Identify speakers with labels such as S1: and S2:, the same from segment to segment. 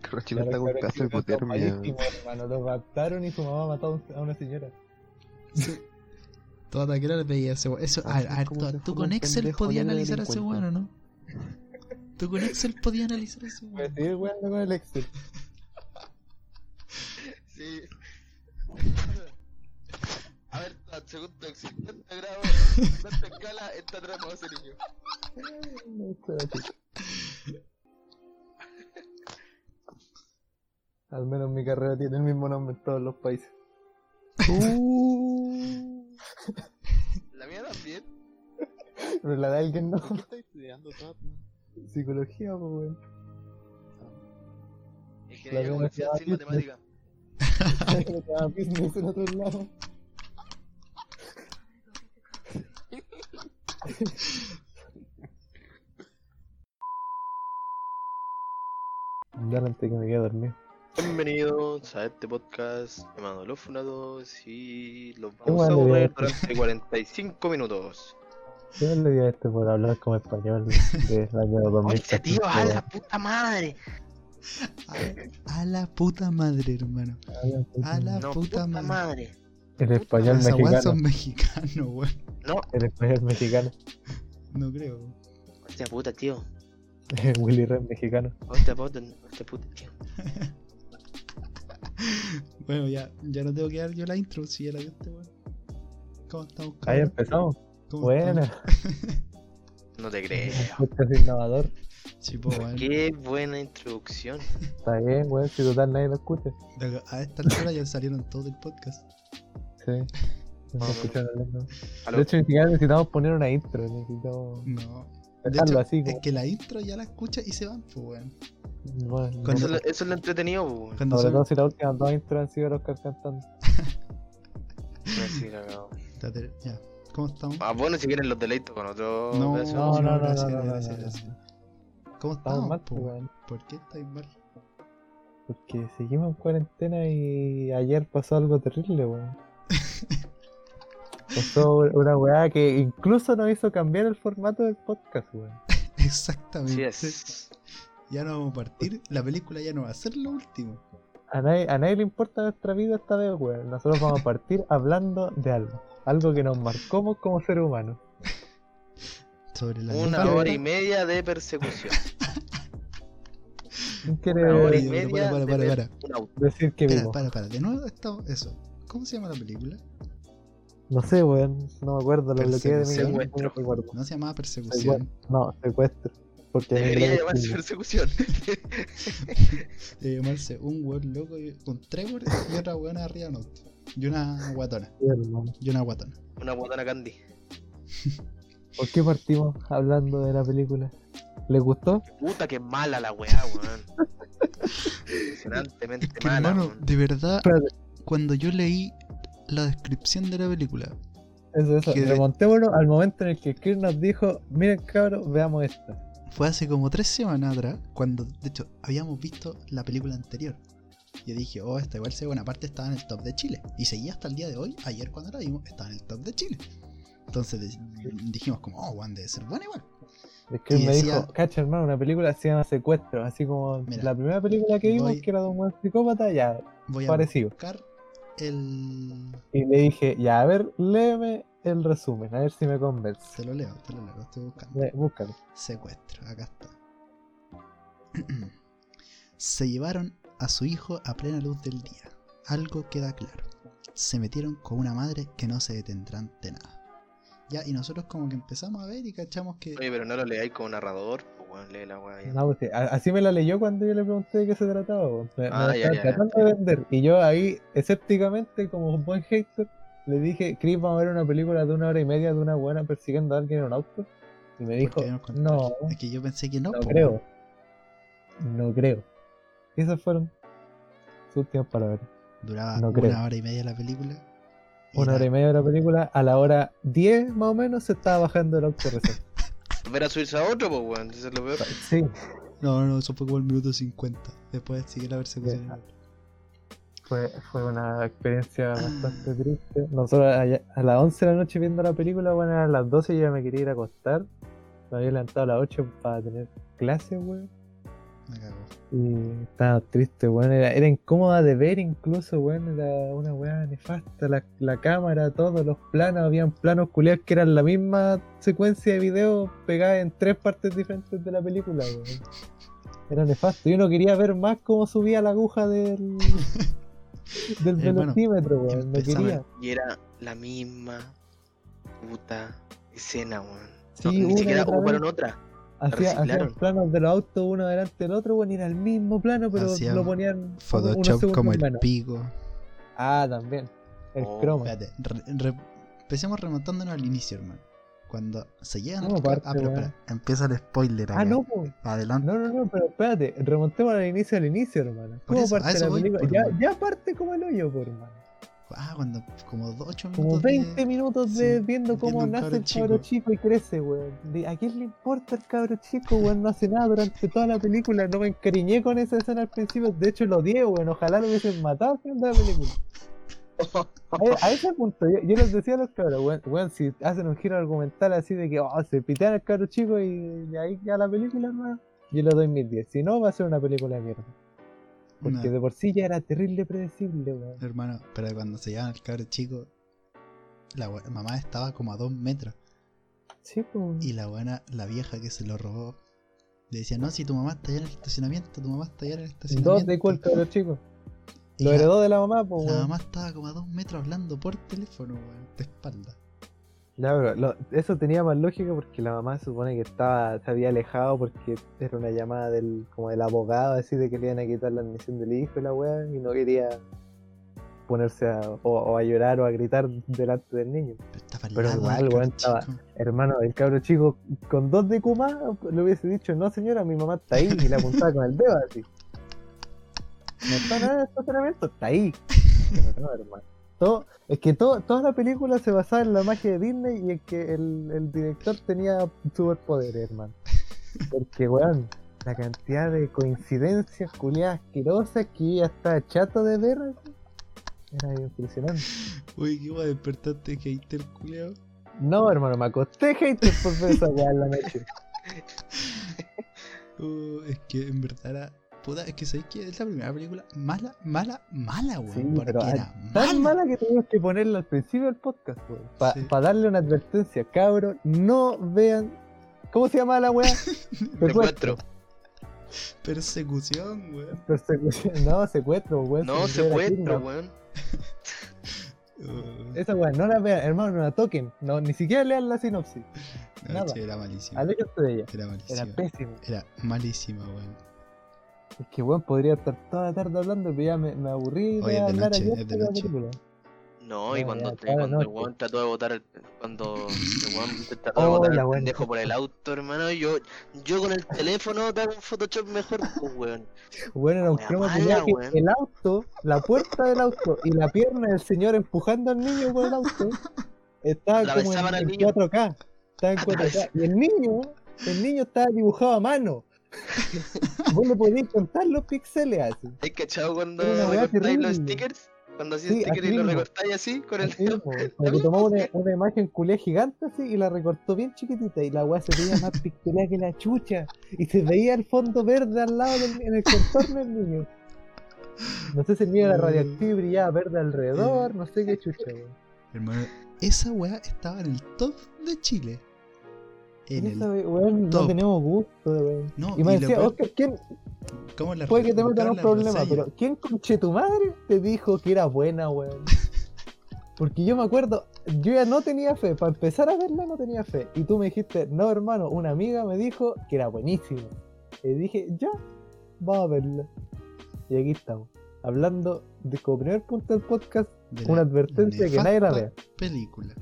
S1: Carlos Chico está con casa de putear
S2: malísimo, hermano. Lo raptaron y su mamá mató a una señora.
S3: Toda taquera le pedía a ese weón. Eso, a ver, a ver,
S1: ¿Cómo
S3: tú,
S1: se
S3: tú
S1: forma
S3: con
S1: un
S3: Excel
S1: pendejo
S3: podías
S1: lleno de
S3: analizar a ese
S1: delincuentes?
S3: weón, ¿o ¿no? Tú con Excel podías analizar a ese
S2: Me
S3: weón.
S2: sigue jugando con el Excel.
S4: Sí. A ver, ta- según tu 50 grados, 50 escala, está atrapado ese niño.
S2: Al menos mi carrera tiene el mismo nombre en todos los países.
S4: La mía también.
S2: Pero la de alguien no.
S1: ¿Qué estáis estudiando, Tat?
S2: Psicología, pues, weón.
S4: Ingeniería
S2: La mía
S4: comercial
S2: no
S4: sin
S2: se va a
S4: matemática.
S2: Pero te da business en otro lado. Ya no que me quedé dormido.
S4: Bienvenidos a este podcast llamado Los Funados y los
S2: vamos a aburrir Vale.
S4: durante 45 minutos.
S2: Yo le di a este por hablar como español del año 2000.
S4: puta madre!
S3: A, a la puta madre, hermano.
S2: Ah,
S3: A la
S4: No,
S3: puta, madre.
S2: El español
S3: Esa weón
S2: mexicano.
S3: son mexicanos, weón.
S4: No,
S2: El español mexicano.
S3: No creo.
S4: hostia puta, tío.
S2: Willy Red mexicano.
S4: Hostia puta, hostia puta, tío.
S3: Bueno, ya, ya no tengo que dar yo la intro, si ya la dio este weón. ¿Cómo estamos,
S2: Ahí
S3: cabrón?
S2: empezamos.
S3: ¿Cómo
S2: Ah, Buena.
S3: estamos?
S4: No te creo.
S2: Podcast innovador.
S3: Sí, po, weón.
S4: Qué buena introducción.
S2: Está bien, weón. Si total nadie lo escucha.
S3: De- A esta altura ya salieron todos del podcast.
S2: Sí. No
S4: Más o
S2: escucharon hablando.
S4: Aló.
S2: De hecho, ni siquiera necesitamos poner una intro. Necesitamos
S3: No. De
S2: dejarlo
S3: hecho, eh,
S2: así.
S3: es
S2: Como...
S3: que la intro ya la escuchas y se van, pues, weón.
S2: Bueno, no-
S3: Con
S4: Eso, es lo- eso es lo entretenido, po, weón.
S3: Cuando
S2: Sobre
S3: son-
S2: todo si las últimas dos intros han sido los Oscar cantando.
S4: No, sí, cagado.
S3: Espérate, Ya. ¿Cómo estamos?
S4: Ah, bueno, si quieren los deleito con otro.
S3: No,
S4: pedazo.
S2: No, no, no,
S3: gracias,
S2: no, no,
S3: gracias,
S2: no, no.
S3: ¿Cómo
S2: Estamos
S3: estamos? pues,
S2: mal, pues,
S3: po,
S2: weón.
S3: ¿Por qué estáis mal?
S2: Porque seguimos en cuarentena y ayer pasó algo terrible, weón. Pasó una weá que incluso nos hizo cambiar el formato del podcast, weón.
S4: Sí
S3: Exactamente.
S4: es.
S3: Ya no vamos a partir. La película ya no va a ser lo último.
S2: A nadie, a nadie le importa nuestra vida esta vez, weón. Nosotros vamos a partir hablando de algo. Algo que nos marcamos como ser humanos.
S3: Sobre la
S4: Una
S3: Vale,
S4: hora y media de persecución.
S2: ¿Quién
S4: Una hora y
S2: quiere
S3: Oye,
S4: media.
S3: para, para,
S4: de
S3: para,
S4: ver un auto.
S2: decir que
S3: Espera,
S2: vimos?
S3: para, para. De nuevo estamos. Eso. ¿Cómo se llama la película?
S2: No sé, weón. No me acuerdo, lo bloqueé de mi
S3: Persecución.
S2: memoria, no me acuerdo.
S3: No se llamaba Persecución.
S2: No, secuestro. Porque en
S4: Debería
S2: inglés es
S4: llamarse
S2: crimen.
S4: persecución.
S3: Debe Eh, llamarse un weón loco y- con Trevor y otra weona arriba de un auto. Y una guatona.
S2: Sí, hermano.
S3: Y una guatona.
S4: Una guatana candy.
S2: ¿Por qué partimos hablando de la película? ¿Les gustó?
S4: Puta que mala la weá, weón. Impresionantemente
S3: Es que,
S4: mala.
S3: hermano,
S4: weón.
S3: de verdad,
S2: Espérate.
S3: cuando yo leí la descripción de la película,
S2: Eso, eso.
S3: Que-
S2: Remontémonos al momento en el que Kirk nos dijo: Miren, cabros, veamos esto.
S3: fue hace como tres semanas atrás, cuando de hecho habíamos visto la película anterior. Yo dije, oh, esta igual se buena parte estaba en el top de Chile. Y seguía hasta el día de hoy, ayer cuando la vimos, estaba en el top de Chile. Entonces de- dijimos como, oh, Juan debe ser buena igual.
S2: Es que él
S3: Y
S2: me
S3: decía-
S2: dijo, cacha hermano, una película se llama Secuestro, así como
S3: Mira,
S2: la primera película que vimos,
S3: voy-
S2: que era de un buen psicópata, ya,
S3: Voy a
S2: parecido.
S3: buscar el...
S2: Y le dije, ya, a ver, léeme el resumen, a ver si me
S3: Te
S2: convence.
S3: lo leo, te lo leo, lo estoy buscando.
S2: Ve, Búscalo.
S3: Secuestro, acá está. Se llevaron a su hijo a plena luz del día. Algo queda claro. Se metieron con una madre que no se detendrá ante nada. Ya, y nosotros como que empezamos a ver y cachamos que...
S4: Oye, pero no lo leáis como narrador. pues, Weón, lee la weá. bien.
S2: No, pues, sí, a- así me la leyó cuando yo le pregunté de qué se trataba. po. Me, me
S4: Ah,
S2: la
S4: ya, ya,
S2: estaba
S4: ya.
S2: tratando de vender. Y yo ahí, escépticamente, como un buen hater, le dije, Chris, vamos a ver una película de una hora y media de una buena persiguiendo a alguien en un auto. Y me dijo,
S3: porque nos contaron.
S2: no,
S3: Es que yo pensé que no.
S2: No
S3: po.
S2: creo. No creo. Esas fueron sus últimas palabras.
S3: Duraba
S2: No
S3: una
S2: creo.
S3: hora y media la película.
S2: Una hora y media de la película, a la hora 10 más o menos se estaba bajando el auto recién.
S4: Volver a subirse a otro, pues, weón. Eso es lo peor.
S2: Sí,
S3: No, no, eso fue como el minuto 50. Después sigue la persecución.
S2: Ya. fue, fue una experiencia bastante triste. Nosotros allá- a las 11 de la noche viendo la película, bueno, a las 12 yo ya me quería ir a acostar. Me había levantado a las 8 para tener clases, weón.
S3: Me cagó.
S2: Y estaba triste, weón. Era, era incómoda de ver incluso, weón. Era una weá nefasta. La, la cámara, todos los planos. Habían planos culiados que eran la misma secuencia de video pegada en tres partes diferentes de la película, weón. Era nefasto. Y uno quería ver más cómo subía la aguja del... del
S4: Eh,
S3: Hermano,
S2: velocímetro, weón. No
S3: empezaba-
S2: quería.
S4: Y era la misma puta escena, weón.
S2: Sí,
S4: No, ni
S2: una y
S4: siquiera
S2: otra
S4: ocuparon otra.
S2: Hacía,
S4: reciclaron.
S2: hacían planos de los autos uno delante del otro, weón. Y era el mismo plano, pero
S3: Hacían
S2: lo ponían unos
S3: Photoshop
S2: segundos
S3: como el
S2: menos.
S3: pico.
S2: Ah, también. El
S4: Oh,
S2: croma.
S3: Espérate, re- re- empecemos remontándonos al inicio, hermano. Cuando se llegan
S2: ¿Cómo
S3: al-
S2: parte,
S3: Ah, pero
S2: weón?
S3: espera, empieza el spoiler
S2: Ah,
S3: acá.
S2: no, pues.
S3: Adelante.
S2: No, no, no, pero espérate, remontemos al inicio al inicio, hermano.
S3: Por
S2: ¿Cómo
S3: eso, a
S2: parte
S3: eso
S2: la
S3: voy,
S2: película?
S3: por
S2: ya,
S3: hermano.
S2: ya parte como el hoyo, por hermano.
S3: Ah, cuando como 8 minutos.
S2: Como
S3: de-
S2: 20 minutos de
S3: sí,
S2: viendo cómo
S3: viendo un
S2: nace el
S3: cabro
S2: cabro chico y crece, weón. De- ¿A quién le importa el cabro chico, weón? No hace nada durante toda la película. No me encariñé con esa escena al principio. De hecho, lo odié, weón. Ojalá lo hubiesen matado al final de la película. A, a ese punto, yo, yo les decía a los cabros, weón, weón, si hacen un giro argumental así de que oh, se pitean al cabro chico y de ahí ya la película, hermano, yo le doy mis 10. Si no, va a ser una película de mierda. Porque
S3: Una-
S2: de por sí ya era terrible predecible, weón.
S3: Hermano, pero cuando se llegan al cabro chico, la we- mamá estaba como a 2 metros.
S2: Sí, pues.
S3: Y la buena, la vieja que se lo robó, le decía, no, si tu mamá está allá en el estacionamiento, tu mamá está allá en el estacionamiento.
S2: Dos de cuál cabro chico.
S3: Y
S2: Lo
S3: la-
S2: heredó de la mamá, pues,
S3: La
S2: weón.
S3: mamá estaba como a dos metros hablando por teléfono, weón, de espalda.
S2: Ya, pero lo- eso tenía más lógica porque la mamá se supone que estaba, se había alejado porque era una llamada del, como del abogado, así de que le iban a quitar la admisión del hijo y la weá, y no quería ponerse a, o, o a llorar o a gritar delante del niño.
S3: Pero estaba al
S2: Pero
S3: lado
S2: igual,
S3: del
S2: weón,
S3: cabro
S2: estaba-
S3: chico.
S2: Hermano, el cabro chico con dos de Kuma le hubiese dicho, no señora, mi mamá está ahí, y le apuntaba con el dedo así. No está nada de estacionamiento, está ahí. Pero no, hermano. Todo, es que todo, toda la película se basaba en la magia de Disney y en que el, el director tenía superpoderes, hermano. Porque, weón, la cantidad de coincidencias culiadas asquerosas que ya está chato de ver así, era impresionante.
S3: Uy, qué guay, despertaste hater culiao.
S2: No, hermano, me acosté y después de esa weá en la noche.
S3: Uh, es que en verdad era. Puta, es que sabéis que es la primera película mala, mala, mala, weón.
S2: Sí,
S3: porque
S2: pero
S3: era mala.
S2: Tan mala que tuvimos que ponerla al principio del podcast, weón. Para
S3: Sí.
S2: darle una advertencia, cabros. No vean. ¿Cómo se llama la weá?
S4: Secuestro.
S3: Persecución, weón.
S2: Persecución. No, secuestro, weón.
S4: No,
S2: se me olvidó la
S4: secuestro,
S2: kirma.
S4: weón.
S3: Uh,
S2: Esa weá, no la vean, hermano, no la toquen. No, ni siquiera lean la sinopsis.
S3: no,
S2: nada.
S3: che, era malísimo.
S2: Aléjense de ella.
S3: Era
S2: Era
S3: malísimo.
S2: pésimo.
S3: Era malísima, weón.
S2: Es que weón podría estar toda la tarde hablando, pero ya me, me aburrí
S3: Hoy es
S2: de
S3: de
S2: hablar
S3: noche,
S2: ayer
S3: es de
S2: de la
S3: noche.
S2: película.
S4: No, y
S2: No,
S4: cuando,
S2: ya,
S4: y
S2: claro,
S4: cuando el
S2: no,
S4: weón trató de botar el, cuando el weón trató de
S2: Oh,
S4: botar
S2: la
S4: al
S2: buena.
S4: pendejo por el auto, hermano, yo, yo con el teléfono te hago un Photoshop mejor, pues, weón.
S2: Bueno, era un
S4: Wea
S2: croma
S4: mala,
S2: culiao que
S4: weón.
S2: el auto, la puerta del auto y la pierna del señor empujando al niño por el auto estaba como en,
S4: Atravesaban al
S2: en
S4: niño.
S2: 4K. Estaba en 4K. Y el niño, el niño estaba dibujado a mano. Vos le podías contar los píxeles así.
S4: ¿Has cachado cuando
S2: Era una weá
S4: recortáis los
S2: terrible.
S4: stickers? Cuando hacís
S2: Sí,
S4: stickers
S2: así
S4: y los
S2: mismo.
S4: recortáis así con el
S2: así mismo, como que pues, tomó una, una imagen culia gigante así y la recortó bien chiquitita y la weá se veía más pixelada que la chucha y se veía el fondo verde al lado del, en el contorno del niño. No sé si el niño
S3: Mm.
S2: era radioactivo y brillaba verde alrededor, no sé qué chucha, weón.
S3: Hermano, esa weá estaba en el top de Chile. En
S2: Esa we-
S3: el.
S2: weón,
S3: top.
S2: no tenemos gusto, weón.
S3: No,
S2: Y me
S3: lo
S2: decía,
S3: peor-
S2: Oscar, ¿quién,
S3: ¿cómo la
S2: puede que te metan
S3: reventaron
S2: un
S3: la
S2: problema,
S3: reseña?
S2: pero ¿quién conche tu madre te dijo que era buena, weón? Porque yo me acuerdo, yo ya no tenía fe, para empezar a verla no tenía fe. Y tú me dijiste, no hermano, una amiga me dijo que era buenísima. Y dije, ya, vamos a verla. Y aquí estamos, hablando de como primer punto del podcast,
S3: De la
S2: una advertencia que nadie la
S3: nefasta
S2: vea.
S3: Película.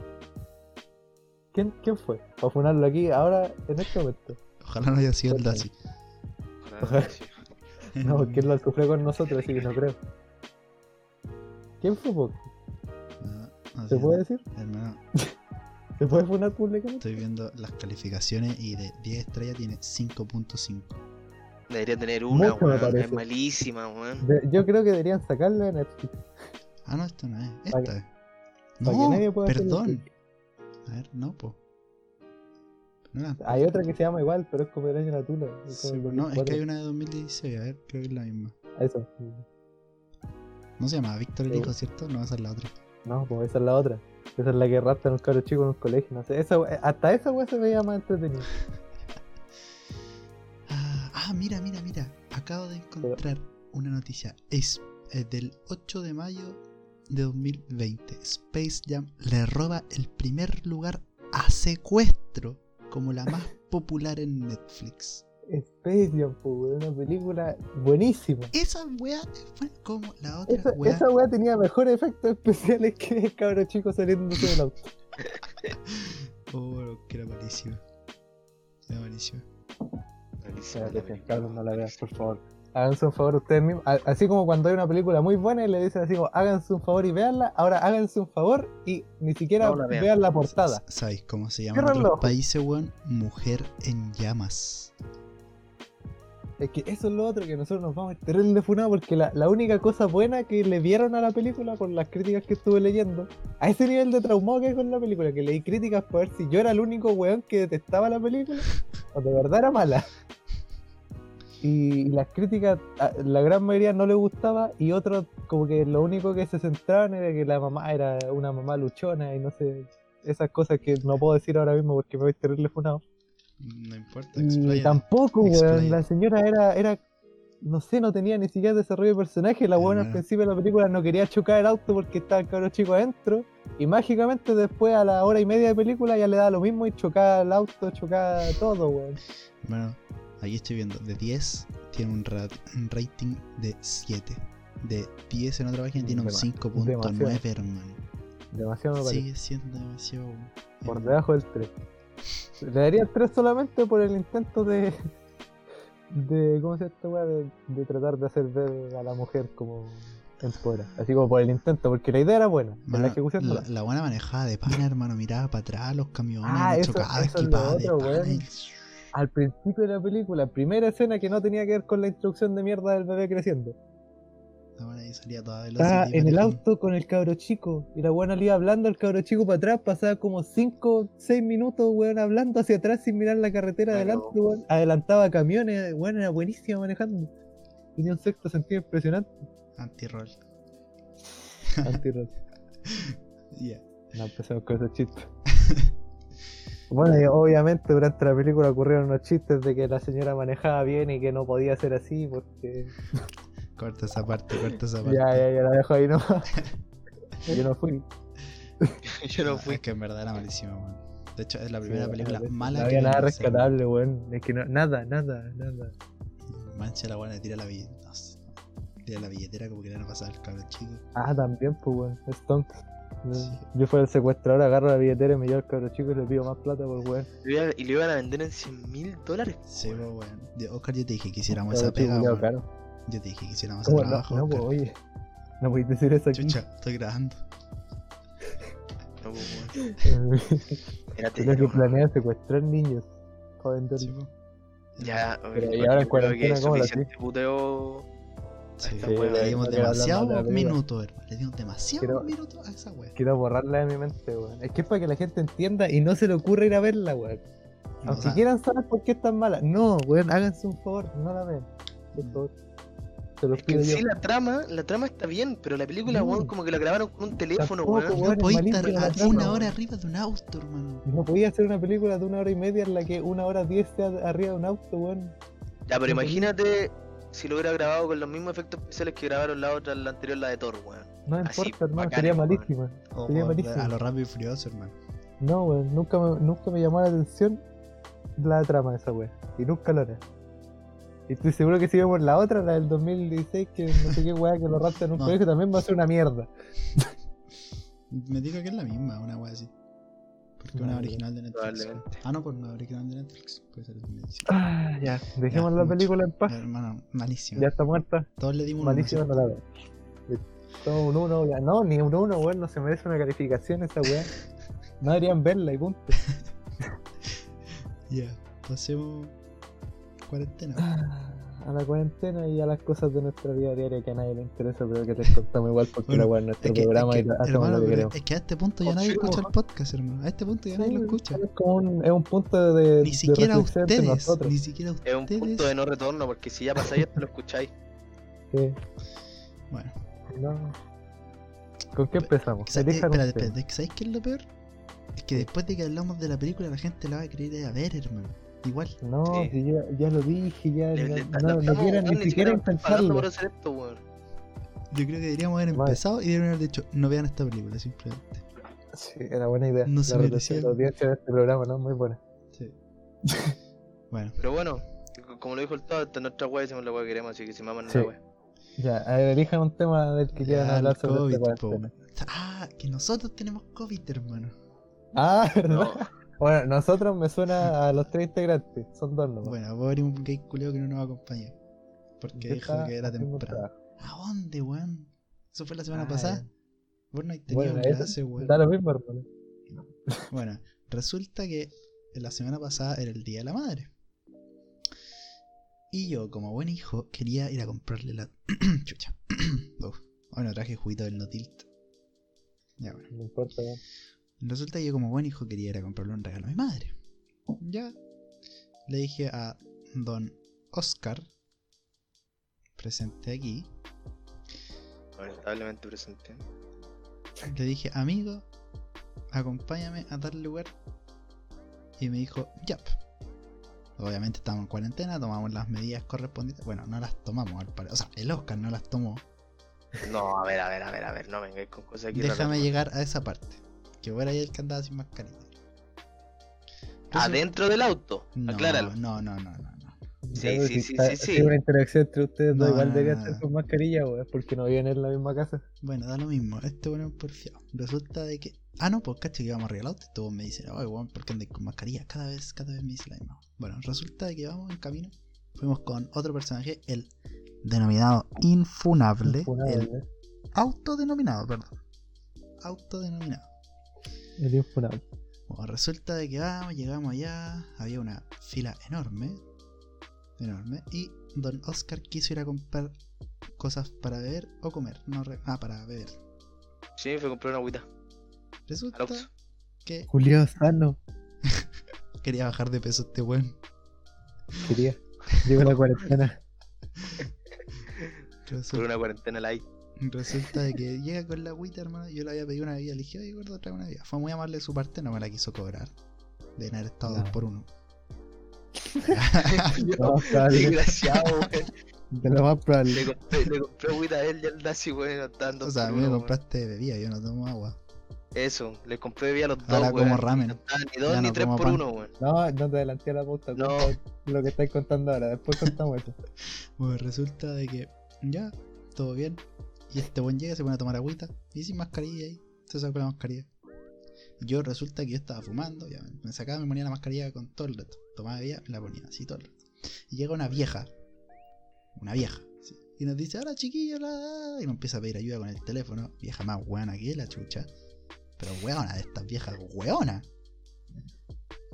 S2: ¿Quién, quién fue? Para funarlo aquí, ahora, en este momento.
S3: Ojalá no haya sido el Daci.
S2: Cuéntame.
S4: Ah,
S2: No, porque él lo sufrió con nosotros, así que no creo. ¿Quién fue? po?
S3: No, no
S2: ¿Se
S3: sé,
S2: puede decir?
S3: Hermano,
S2: ¿Se puede funar públicamente?
S3: estoy viendo las calificaciones y de 10 estrellas tiene 5.5.
S4: Debería tener una,
S2: Mucho me
S4: weón. Es
S2: parece.
S4: malísima, weón.
S2: De- yo creo que deberían sacarla de Netflix.
S3: Ah, no, esto no es.
S2: Pa'
S3: Esta es.
S2: pa' que nadie
S3: No,
S2: pueda hacer el
S3: perdón. A ver, no, po. No eran
S2: Hay otra que se llama igual, pero es como del año de la tula. es
S3: Sí,
S2: como
S3: pues
S2: del
S3: no, es que
S2: 2004.
S3: hay una de 2016, a ver, creo que es la misma.
S2: Eso.
S3: No se llamaba Víctor el
S2: Sí.
S3: hijo, ¿cierto? No, esa es la otra.
S2: No, pues esa es la otra. Esa es la que raptan a los cabros chicos en los colegios. No sé. Esa, we- hasta esa weá se veía más entretenida.
S3: Ah, ah, mira, mira, mira. Acabo de encontrar una noticia. Es eh, del 8 de mayo de 2020. Space Jam le roba el primer lugar a secuestro como la más popular en Netflix.
S2: Space Jam, pues, weón, una película buenísima.
S3: Esa weá fue como la otra
S2: Esa,
S3: weá.
S2: esa weá tenía mejores efectos especiales que el cabro chico saliéndose del auto.
S3: Oh, que era malísimo. Era malísimo.
S4: Malísima la
S2: Espérate,
S4: película.
S2: Carlos, no la veas, por favor. Háganse un favor ustedes mismos. A- Así como cuando hay una película muy buena y le dicen así, como, háganse un favor y veanla. Ahora háganse un favor y ni siquiera
S4: No la vean.
S2: vean. la portada.
S3: ¿Sabéis cómo se llama
S2: Cierra
S3: en
S2: el
S3: otros
S2: ojo.
S3: países, weón? Mujer en llamas.
S2: Es que eso es lo otro que nosotros nos vamos a ir terrible funados porque la, la única cosa buena que le vieron a la película por las críticas que estuve leyendo, a ese nivel de traumado que hay con la película, que leí críticas para ver si yo era el único weón que detestaba la película o de verdad era mala. Y las críticas, a la gran mayoría no le gustaba y otros como que lo único que se centraban era que la mamá era una mamá luchona y no sé, esas cosas que no puedo decir ahora mismo porque me voy a ir terrible funado.
S3: No importa,
S2: Y
S3: expláyate.
S2: tampoco,
S3: Expláyate.
S2: weón. La señora era, era. No sé, no tenía ni siquiera desarrollo de personaje. La buena al
S3: Hermano.
S2: principio de la película no quería chocar el auto porque estaba el cabrón chico adentro. Y mágicamente después, a la hora y media de película, ya le da lo mismo y chocaba el auto, chocaba todo, weón.
S3: Bueno, aquí estoy viendo. De 10 tiene un, ra- un rating de 7. De 10 en otra página tiene un
S2: Dema-
S3: 5.9, hermano.
S2: Demasiado me parece.
S3: Sigue siendo demasiado.
S2: Por debajo del 3. Le daría el 3 solamente por el intento de. de ¿Cómo se llama esta weá? De, de tratar de hacer ver a la mujer como. Empora. Así como por el intento, porque la idea era buena. pero
S3: Mano,
S2: la ejecución no.
S3: la, la buena manejada de pana, hermano, miraba para atrás los camiones,
S2: Ah,
S3: los
S2: eso-
S3: chocaba,
S2: eso es lo
S3: esquipaba de
S2: otro,
S3: pana,
S2: weón.
S3: y-
S2: al principio de la película, primera escena que no tenía que ver con la instrucción de mierda del bebé creciendo.
S3: La buena ahí salía a toda
S2: Estaba
S3: velocidad. y
S2: Ah, en el
S3: parecía-
S2: auto con el cabro chico y la buena le iba hablando al cabro chico para atrás, pasaba como 5, 6 minutos, weón, hablando hacia atrás sin mirar la carretera
S4: Claro.
S2: adelante, weón. Adelantaba camiones, weón, era buenísima manejando. Tenía un sexto sentido impresionante.
S3: Anti-roll.
S2: Antirrot.
S3: Ya.
S2: No empezamos con esos chistes. Bueno, y obviamente durante la película ocurrieron unos chistes de que la señora manejaba bien y que no podía ser así porque
S3: Corta esa parte, corta esa parte.
S2: Ya, ya, ya la dejo ahí nomás. Yo no fui.
S4: Yo no
S3: Ah,
S4: fui.
S3: Es que en verdad era malísimo, weón. De hecho, es la primera
S2: Sí,
S3: película
S2: no,
S3: mala
S2: No
S3: que
S2: había nada
S3: van a hacer, weón.
S2: rescatable, weón. Es que no, nada, nada, nada.
S3: Mancha la buena, tira la billetera. tira la billetera como que le van a pasar al cabrón chico.
S2: Ah, también, pues, weón. Es tonto. No,
S3: Sí.
S2: Yo fuera el secuestrador, agarro la billetera y me llevo al cabro chico y le pido más plata por weón.
S4: Lo iba- Y lo iban a vender en 100 mil dólares.
S3: Sí, pues, weón. De- Oscar, yo te dije que hiciéramos
S2: Cabro
S3: esa
S2: chico,
S3: pega,
S2: culiao,
S3: weón.
S2: caro.
S3: Yo te dije que hiciéramos ese
S2: ¿Cómo? No,
S3: trabajo.
S2: no, pues,
S3: Oscar.
S2: oye. No podéis decir eso aquí.
S3: Chucha, estoy grabando.
S4: No, pues, weón. Era
S2: Creo que
S4: terrible.
S2: planea secuestrar niños. Para vender.
S3: Sí, pues.
S4: Ya, a ver,
S2: Pero y
S4: bueno,
S2: ahora en
S4: yo creo que
S2: cuarentena,
S4: es
S2: ¿cómo la
S4: suficiente puteo.
S3: Sí,
S4: Esta
S2: sí,
S4: weá,
S3: le
S2: la-
S3: dimos
S2: no quiero hablar más de
S3: demasiados
S2: la película.
S3: minutos, hermano. Le dimos demasiados
S2: Quiero-
S3: minutos a esa weón.
S2: Quiero borrarla de mi mente, weón. Es que es para que la gente entienda y no se le ocurra ir a verla, weón. Aunque quieran saber por qué es tan mala. No, weón, háganse un favor, no la vean. Por favor. Se los
S4: Es que en
S2: pido yo.
S4: sí la trama, la trama está bien, pero la película,
S2: No.
S4: weón, como que la grabaron con un teléfono,
S2: Tampoco,
S4: weón.
S2: weón.
S3: no
S2: es
S3: podía estar
S2: malísima la
S3: a-
S2: trama,
S3: una
S4: weón.
S3: hora arriba de un auto, hermano.
S2: No podía hacer una película de una hora y media en la que una hora diez sea arriba de un auto, weón.
S4: Ya, pero imagínate si lo hubiera grabado con los mismos efectos especiales que grabaron la otra, la anterior, la de Thor, weón.
S2: No
S4: Así,
S2: importa, hermano,
S4: bacán,
S2: sería
S4: weón.
S2: malísima.
S3: O
S2: Sería
S3: por-
S2: malísimo.
S3: a lo rápido y furioso, hermano.
S2: No, weón, nunca me, nunca me llamó la atención la trama de esa weón. Y nunca lo era. Y estoy seguro que si vemos la otra, la del 2016, que no sé qué weón, que lo raptan en un
S3: No.
S2: colegio, también va a ser una mierda.
S3: Me digo que es la misma, una weá así. Porque una
S2: Vale.
S3: original de Netflix. weón.
S4: Probablemente.
S3: Ah, no, por una original de Netflix. Puede ser el 2017.
S2: Ah, ya, dejemos
S3: Ya,
S2: la
S3: mucho.
S2: película en paz.
S3: Hermano, malísimo.
S2: Ya está muerta.
S3: Todos le dimos un
S2: Malísima
S3: uno,
S2: no la veo. Todo un 1, ya. No, ni un 1, weón, no se merece una calificación esa weá. No deberían verla y punto.
S3: ¿cierto? Ya, pasemos cuarentena.
S2: Ah, a la cuarentena y a las cosas de nuestra vida diaria que a nadie le interesa, pero que les contamos igual porque
S3: Bueno,
S2: la weá es nuestro
S3: Es que,
S2: programa
S3: es que,
S2: y hacemos
S3: hermano,
S2: lo que
S3: pero
S2: queremos.
S3: es que a este punto ya nadie
S4: Oh, Sí,
S3: escucha el podcast, hermano. A este punto ya nadie lo
S2: Sí,
S3: escucha.
S2: Es como un, es un punto de.
S3: Ni
S2: de
S3: siquiera
S2: reflexión de
S3: ustedes,
S2: nosotros.
S3: ni siquiera
S4: Es un punto de
S3: ustedes.
S4: no retorno, porque si ya pasáis, ya lo escucháis.
S2: Sí,
S3: Bueno,
S2: no. ¿Con qué
S3: Pe-
S2: empezamos?
S3: sa- eh,
S2: Elijan
S3: espérate,
S2: ustedes.
S3: espérate, ¿sabes qué es lo peor? Es que después de que hablamos de la película, la gente la va a querer ir a ver, hermano. Igual.
S2: No,
S4: Sí.
S2: si ya, ya lo dije, ya.
S4: Le-
S2: ya-
S4: le-
S2: no,
S4: lo
S2: no
S4: estamos,
S2: quieran
S4: weón,
S2: ni siquiera pensarlo.
S4: pagando por hacer esto, weón.
S3: Yo creo que deberíamos haber
S2: Vale.
S3: empezado y deberíamos haber dicho, no vean esta película, simplemente.
S2: Sí, era buena idea.
S3: No se
S2: la
S3: merecía.
S2: relación de audiencia de este programa, ¿no? Muy buena.
S3: Sí. bueno,
S4: Pero bueno, c- como lo dijo el Tado, esta es nuestra weá, hicimos la weá que queremos, así que se maman
S2: Sí.
S4: la weá.
S2: Ya, a ver, elijan un tema del que quieran
S3: ya,
S2: hablar
S3: Ah, el
S2: sobre este
S3: COVID,
S2: esta
S3: po.
S2: cuarentena.
S3: Ah, que nosotros tenemos COVID, hermano.
S2: Ah, ¿verdad?
S4: No,
S2: Bueno, nosotros me suena a los tres integrantes, son dos nomás.
S3: Bueno, pobre un gay culeo que no nos acompañó. Porque
S2: Yo
S3: dijo
S2: estaba
S3: que era
S2: haciendo un
S3: temprano.
S2: trabajo.
S3: ¿A dónde, weón? Eso fue la semana
S2: Ah,
S3: pasada.
S2: ya.
S3: Vos no tenías
S2: Bueno, eso
S3: clase, weón.
S2: Da lo mismo, hermano.
S3: Bueno, resulta que la semana pasada era el Día de la Madre. Y yo, como buen hijo, quería ir a comprarle la... Chucha. Uf. Bueno, traje juguito del Notilt. Ya, bueno.
S2: No importa. ya.
S3: Resulta que yo como buen hijo quería ir a comprarle un regalo a mi madre. Ya. Le dije a don Oscar, presente aquí,
S4: lamentablemente presente.
S3: le dije, amigo, acompáñame a tal lugar. Y me dijo, yap. Obviamente estábamos en cuarentena, tomamos las medidas correspondientes. Bueno, no las tomamos, al parecer. O sea, el Oscar no las tomó.
S4: No, a ver, a ver, a ver, a ver, no vengáis con cosas aquí. raras,
S3: Déjame
S4: weón.
S3: llegar a esa parte. Que fuera ahí el que andaba sin mascarilla. Resulta-
S4: Adentro del auto,
S3: No,
S4: acláralo.
S3: No, no, no, no, no.
S4: Sí,
S2: Ya, pero
S4: sí,
S2: si
S4: sí,
S2: está-
S4: sí,
S2: si
S4: sí.
S2: una interacción entre ustedes dos,
S3: No,
S2: igual
S3: no,
S2: debería
S3: no,
S2: ser
S3: no.
S2: con mascarilla, weón, porque no viven en la misma casa.
S3: Bueno, da lo mismo. Este bueno es un porfiado. Resulta de que. Ah, no, pues cacho que íbamos a regalar auto. Y todos me dicen, ay, weón, ¿por qué andas con mascarilla? Cada vez, cada vez me dice la misma. Bueno, resulta de que vamos en camino. Fuimos con otro personaje, el denominado Infunable.
S2: Infunable,
S3: El
S2: ¿eh?
S3: autodenominado, perdón. Autodenominado.
S2: El infunable.
S3: Bueno, resulta de que vamos, llegamos allá, había una fila enorme, enorme, y don Oscar quiso ir a comprar cosas para beber o comer, no re- ah, para beber.
S4: Sí, fue a comprar una agüita.
S3: Resulta
S4: Al Oxxo.
S3: que
S2: Julio Sano.
S3: quería bajar de peso este weón.
S2: Quería. Llegó la cuarentena.
S4: Fue
S3: Resulta,
S4: una cuarentena light.
S3: resulta de que llega con la agüita, hermano, yo le había pedido una bebida, le dije, oye, gordo, trae una bebida. Fue muy amable de su parte, no me la quiso cobrar. De haber estado
S2: No.
S3: dos por uno.
S2: No, está bien.
S4: Desgraciado, weón.
S2: De lo más
S4: Le
S2: probable.
S4: compré, le compré agüita a él y al Daci, weón, no estaban dos
S3: o sea, a
S4: por
S3: mí me
S4: uno, weón.
S3: compraste bebida, yo no tomo agua.
S4: Eso, le compré bebida a los dos,
S3: Ahora
S4: weón.
S3: como ramen.
S4: No estaban ni
S3: Ya
S4: dos ni
S3: no
S4: tres
S3: como
S4: por
S3: pan.
S4: uno, weón.
S2: No, no te adelanté a la pauta.
S4: No.
S2: cuenta Lo que estáis contando ahora, después contamos eso.
S3: Bueno, resulta de que ya, todo bien. Y este buen llega, se pone a tomar agüita. Y sin mascarilla ahí, se sacó la mascarilla. Yo resulta que yo estaba fumando, ya me- me sacaba, me ponía la mascarilla con todo el rato. Tomaba bebida, me la ponía así todo el rato. Y llega una vieja, una vieja, sí, y nos dice, ahora chiquillo, la, la", y nos empieza a pedir ayuda con el teléfono. Vieja más hueona que la chucha. Pero hueona de estas viejas, hueona.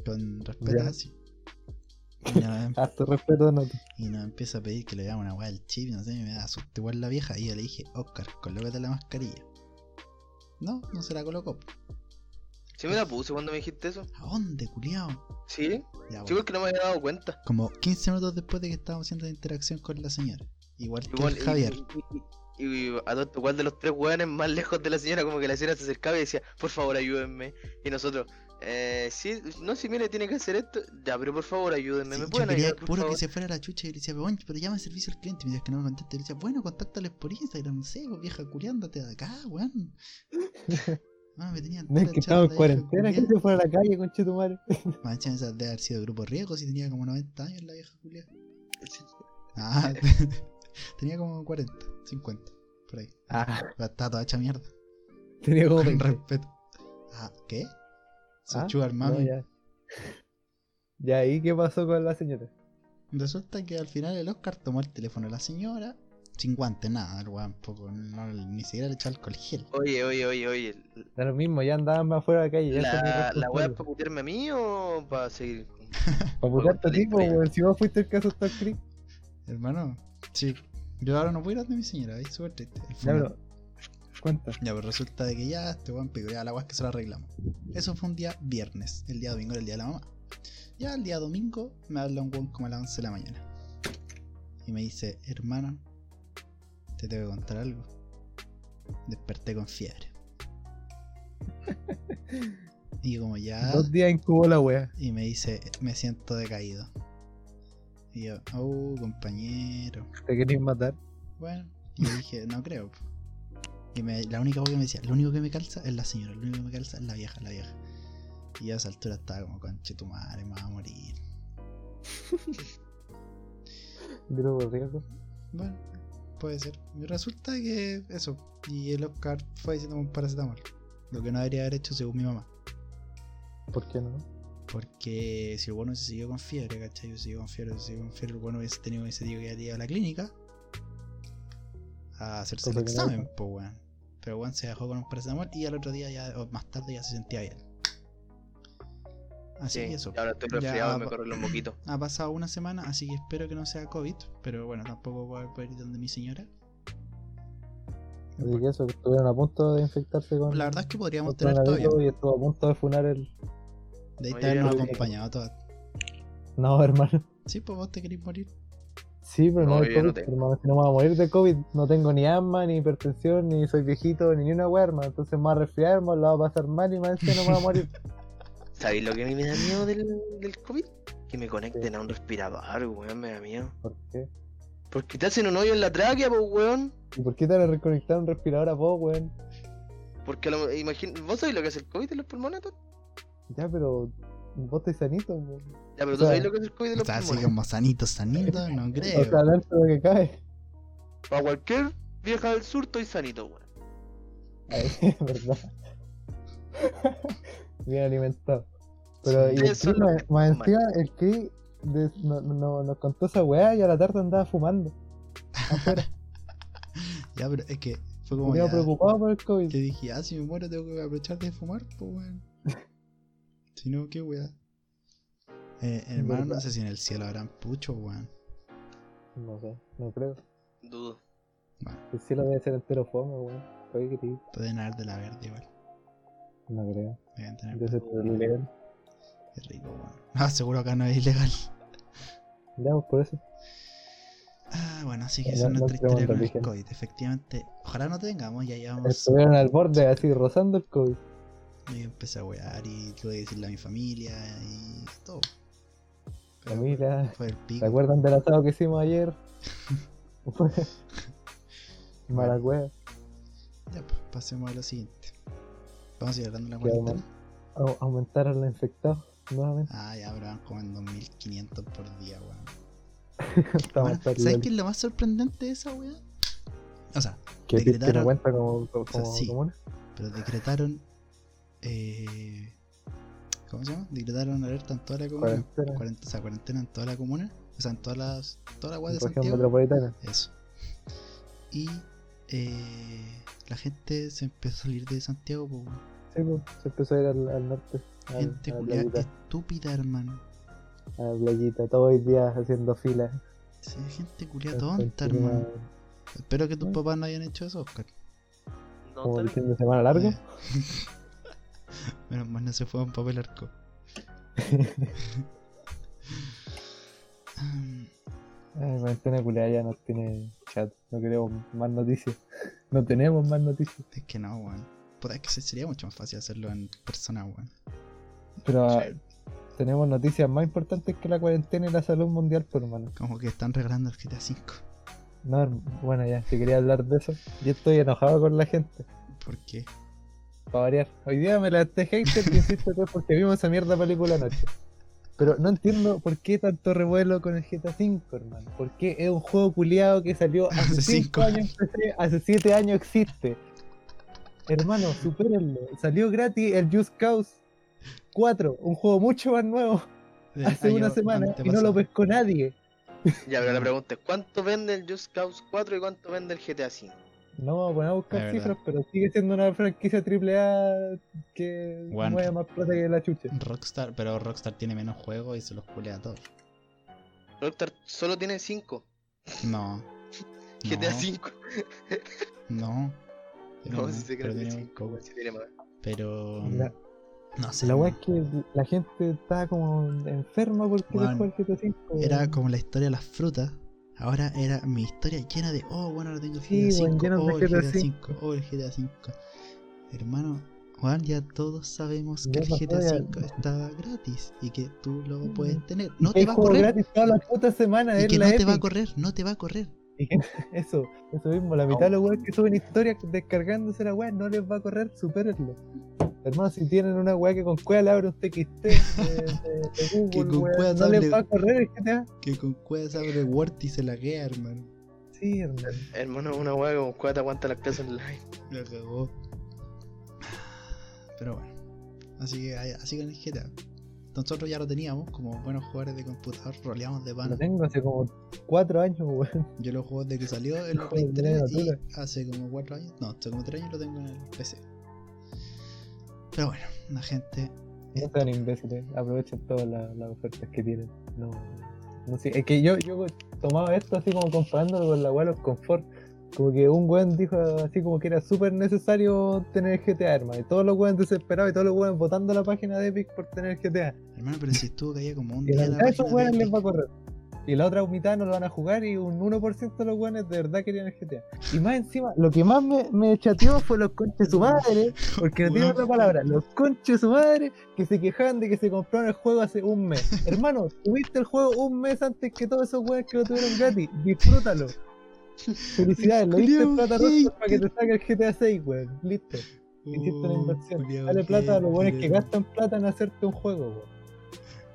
S3: Con respeto
S2: Ya.
S3: así. Y nos-
S2: A tu respeto, no.
S3: y nos empieza a pedir que le veamos una weá al chip, y no sé, y me da susto igual la vieja. Y yo le dije, Oscar, colócate la mascarilla. No, no se la colocó.
S4: Sí me la puse cuando me dijiste eso.
S3: ¿A dónde, culiao?
S4: Sí,
S3: Ya, bueno,
S4: chicos, que no me había dado cuenta.
S3: Como 15 minutos después de que estábamos haciendo la interacción con la señora. Igual que
S4: Igual,
S3: el Javier.
S4: Y, y- y a todo esto, ¿cuál de los tres weones más lejos de la señora? Como que la señora se acercaba y decía, por favor, ayúdenme. Y nosotros, eh, sí, no, si mire, tiene que hacer esto. Ya, pero por favor, ayúdenme.
S3: Sí,
S4: ¿Me
S3: yo
S4: pueden
S3: quería
S4: ayudar? Por
S3: puro
S4: favor?
S3: que se fuera la chucha y le decía, pero, bueno, pero llama al servicio al cliente. Y me decía que no me contesta. Y le decía, bueno, contáctales por Instagram, no sé, vos, vieja culiándote de acá, weón. Ah, me tenían
S2: No es que estaba en cuarentena, que se fuera a la calle, conchetumare.
S3: Más encima esa de haber sido grupo riesgo si tenía como 90 años la vieja Julia. Ah, tenía como 40, 50, por ahí.
S2: Ah,
S3: Pero estaba toda hecha mierda.
S2: tenía como
S3: Con
S2: 20.
S3: respeto. Ah, ¿qué? Su
S2: Ah,
S3: sugar
S2: No,
S3: mami.
S2: ya. Ya, ¿y qué pasó con la señora?
S3: Resulta que al final el Oscar tomó el teléfono de la señora. Sin guante, nada, el weón, poco, no- ni siquiera le echó alcohol gel.
S4: Oye, oye, oye, oye.
S2: Da lo mismo, ya andaban más afuera de la calle. Ya
S4: ¿La, la weá es para putearme a mí o para seguir?
S2: Para buscarte
S4: contar la
S2: tipo,
S4: historia.
S2: weón. Si vos fuiste el caso de Star Creek.
S3: Hermano, sí. Yo ahora no puedo ir a donde mi señora, es súper triste. Es
S2: Ya,
S3: fome.
S2: pero. Cuenta.
S3: Ya, pero resulta de que ya este weón picorea la weá que se lo arreglamos. Eso fue un día viernes. El día domingo era el día de la mamá. Ya el día domingo me habla un weón como a las 11 de la mañana. Y me dice, hermano, te tengo que contar algo. Desperté con fiebre. y como ya...
S2: Dos días incubó la wea.
S3: Y me dice, me siento decaído. Y yo, oh, compañero.
S2: Te queréis matar.
S3: Bueno, y yo dije, no creo. po". Y me, la única cosa que me decía, lo único que me calza es la señora, lo único que me calza es la vieja, la vieja. Y yo a esa altura estaba como, conche tu madre, me va a morir.
S2: Grupo riesgo.
S3: Bueno, puede ser. Y resulta que eso. Y el Oscar fue diciendo un paracetamol. Lo que no debería haber hecho según mi mamá.
S2: ¿Por qué no?
S3: Porque si el bueno se siguió con fiebre, ¿cachai? Se siguió con fiebre, se siguió con fiebre, el bueno hubiese tenido ese día que ir a la clínica a hacerse el
S2: Cosa que no
S3: examen,
S2: hizo.
S3: pues weón. Pero weón se dejó con un paracetamol y al otro día ya, o más tarde ya se sentía bien. Así
S4: Sí,
S3: que eso.
S4: y ahora estoy
S3: Ya
S4: resfriado y me
S3: va-
S4: corren los moquitos.
S3: Ha pasado una semana, así que espero que no sea COVID, pero bueno, tampoco voy a poder ir donde mi señora.
S2: Así que eso, que estuvieron a punto de infectarse con.
S3: La verdad es que podríamos
S2: con
S3: tener todavía.
S2: coronavirus y estuvo a punto de funar el.
S3: De ahí
S4: Oye,
S3: te habernos
S4: no,
S3: acompañado todas.
S2: No, hermano.
S3: Sí, pues vos te querés morir.
S2: Sí, pero no,
S4: No,
S2: hay
S4: yo no
S2: COVID,
S4: tengo.
S2: hermano. Si no me voy a morir de COVID, no tengo ni asma, ni hipertensión, ni soy viejito, ni, ni una wea, hermano. Entonces me voy a resfriar, hermano, la va a pasar mal y más encima no me voy a morir.
S4: ¿Sabéis lo que a mí me da miedo del, del COVID? Que me conecten a un respirador, weón, me da miedo.
S2: ¿Por qué?
S4: Porque te hacen un hoyo en la tráquea, pues, weón.
S2: ¿Y por qué te van a reconectar un respirador a vos, weón?
S4: Porque a lo, imagín- ¿Vos sabéis lo que es el COVID en los pulmones? Tot?
S2: Ya, pero vos estás sanito,
S4: Ya,
S2: weón.
S4: pero tú
S2: Claro.
S4: sabéis lo que es el COVID en
S3: O
S4: los
S3: sea, así
S4: pulmones.
S3: como sanito, sanito, no creo.
S2: O sea, dentro de lo que cae.
S4: Para cualquier vieja del sur estoy sanito, weón.
S2: Ay, es verdad. Bien alimentado. Pero
S3: Sí.
S2: y
S4: Eso es lo
S2: encima,
S4: que fuma.
S2: más encima, el Chris de- no, no- no- nos contó esa weá y a la tarde andaba fumando.
S3: Ya, pero es que fue
S4: Oh,
S3: como
S2: Estaba
S3: ya,
S2: preocupado por el COVID.
S3: Yo dije, ah, si me muero tengo que aprovechar de fumar, pues weón. si no, qué weá. Eh, hermano, no
S2: Verdad.
S3: sé si en el cielo habrán pucho, weón.
S2: No sé, no creo.
S4: Dudo.
S3: Bueno,
S2: El cielo debe ser entero fome, weón. Oye, que te-
S3: pueden haber de la verde igual.
S2: No creo.
S3: Deben tener.
S2: Debe ser todo ilegal.
S3: Qué rico, weón. Ah, seguro acá no es ilegal.
S2: Ya, pues, por eso.
S3: Ah, bueno, así que
S2: No-
S3: eso es
S2: no
S3: nuestra
S2: creo
S3: historia
S2: en
S3: con el
S2: religión.
S3: COVID. Efectivamente, ojalá no tengamos, ya llevamos.
S2: Estuvieron al borde, así, rozando el COVID.
S3: Yo empecé a wear y tuve que decirle a mi familia y todo. Pero
S2: Familia.
S3: fue el
S2: ¿Se
S3: pico.
S2: acuerdan del asado que hicimos ayer? Maracue.
S3: Ya, pues, pasemos a lo siguiente. Vamos a ir hablando de la
S2: Qué
S3: cuarentena.
S2: au- Aumentaron los infectados nuevamente.
S3: Ah, ya, bro, como en 2500 por día, weón.
S2: Estamos
S3: Bueno,
S2: hasta el
S3: ¿Sabes
S2: LOL.
S3: qué es lo más sorprendente de esa weá? O sea,
S2: que, que
S3: decretaron-
S2: no cuenta como, como,
S3: sea, sí.
S2: comuna.
S3: pero decretaron. Eh, ¿Cómo se llama? Decretaron alerta en toda la comuna.
S2: Cuarentena.
S3: Cuarenta- o sea, cuarentena en toda la comuna. O sea, en todas las. Toda la weá de
S2: región
S3: Santiago.
S2: metropolitana.
S3: Eso. Y eh, la gente se empezó a salir de Santiago, po, weón.
S2: Sí, pues, se empezó a ir al, al norte. al-
S3: gente
S2: a Ah, la
S3: culiá
S2: playita,
S3: estúpida, hermano.
S2: a la playita, todo el día haciendo filas.
S3: Sí, gente culiá tonta, hermano. Espero que tus papás no hayan hecho eso, Oscar.
S4: No,
S2: Como el
S4: también.
S2: fin de semana largo.
S3: Eh. Menos mal no se fue a un papel arco. Um,
S2: Ay, cuarentena culiada ya no tiene chat. No queremos más noticias. No tenemos más noticias.
S3: es que no, weón. Puta, es que se- sería mucho más fácil hacerlo en persona, weón.
S2: Pero ah, tenemos noticias más importantes que la cuarentena y la salud mundial, por hermano.
S3: Como que están regalando el GTA V.
S2: No, herm- bueno, ya, si quería hablar de eso. Yo estoy enojado con la gente.
S3: ¿Por qué?
S2: Para variar. Hoy día me la esté hater que hiciste tú porque vimos esa mierda película anoche. Pero no entiendo por qué tanto revuelo con el GTA V, hermano. ¿Por qué es un juego culiado que salió hace
S3: Hace
S2: 5
S3: cinco
S2: años, en PC, hace 7 años existe? Hermano, supérenlo. Salió gratis el Just Cause 4, un juego mucho más nuevo,
S3: Del
S2: hace
S3: año
S2: una semana y no
S3: antepasado.
S2: lo pescó nadie.
S4: Ya, pero la pregunta es: ¿cuánto vende el Just Cause 4 y cuánto vende el GTA 5?
S2: No vamos a poner a buscar
S3: Es
S2: cifras, pero sigue siendo una franquicia AAA que
S3: Bueno.
S2: mueve más plata que la chucha.
S3: Rockstar, pero Rockstar tiene menos juegos y se los culea a todos.
S4: Rockstar solo tiene 5.
S3: No.
S4: GTA
S3: no,
S4: 5.
S3: No. Pero
S4: No,
S3: no,
S4: si se cree
S3: pero
S4: que
S3: tiene
S4: sí.
S3: un coco.
S4: Sí, tiene más.
S3: Pero.
S2: La,
S3: No sé.
S2: la wea
S3: weón.
S2: es que la gente estaba como enferma por querer jugar
S3: Weón,
S2: GTA V.
S3: Era
S2: weón.
S3: como la historia de las frutas. Ahora era mi historia llena de, oh, bueno, ahora tengo el
S2: Sí,
S3: GTA
S2: weón,
S3: 5,
S2: llenos de
S3: oh, el
S2: GTA
S3: GTA 5, oh, el GTA 5. Hermano, Juan, ya todos sabemos que
S2: Ya
S3: el
S2: pasó,
S3: GTA
S2: ya.
S3: 5 estaba gratis y que tú lo puedes tener.
S2: Y
S3: No
S2: que
S3: te
S2: hay
S3: va a
S2: juego
S3: correr.
S2: gratis todas las putas semanas,
S3: Y
S2: es
S3: que
S2: la
S3: no te va a
S2: Epic.
S3: correr, no te va a correr.
S2: Eso, eso mismo, la mitad de los weas que suben historias descargándose la wea no les va a correr, supérenlo. Hermano, si tienen una wea que con cueva le abre un TXT de, de- de Google,
S3: Que con
S2: weón,
S3: cueva
S2: no les
S3: sable-
S2: va a correr el GTA.
S3: Que con cuevas abre Word y se laguea, hermano.
S2: Sí, hermano.
S4: Hermano, una weá con cuál te aguanta las clases online.
S3: La cagó. Pero bueno. Así que ahí- así con el GTA. Nosotros ya lo teníamos, como buenos jugadores de computador, roleamos de
S2: Lo
S3: pana.
S2: tengo hace como cuatro años, weón.
S3: Yo lo juego desde que salió en la
S2: Joder,
S3: Play 3 y
S2: dura.
S3: hace como 4 años. No, hace como 3 años lo tengo en el PC. Pero bueno, la gente.
S2: No sean imbéciles, aprovechen eh. todas las, las ofertas que tienen. No, no sé, es que yo, yo tomaba esto así como comparándolo con la wea de los confort. Como que un weón dijo así como que era súper necesario tener GTA, hermano. Y todos los weones desesperados y todos los weones votando la página de Epic por tener GTA.
S3: Hermano, pero si estuvo caía como un
S2: Y
S3: día
S2: la
S3: en la
S2: mitad de esos
S3: página
S2: weones
S3: de
S2: les va a
S3: Epic.
S2: correr. Y la otra mitad no lo van a jugar y un 1% de los weones de verdad querían el GTA. Y más encima, lo que más me, me chateó fue los conches su madre, porque no tiene
S3: Weón.
S2: otra palabra, los conches su madre que se quejaban de que se compraron el juego hace un mes. Hermano, tuviste el juego un mes antes que todos esos weones que lo tuvieron gratis, disfrútalo. Felicidades, le diste
S3: Culeado
S2: plata a Rockstar para que
S3: hater.
S2: te saque el GTA 6, weón. Listo, hiciste una
S3: Oh,
S2: inversión.
S3: culiao
S2: Dale plata a los
S3: hater,
S2: weones que
S3: culiao-
S2: gastan plata en hacerte un juego, weón.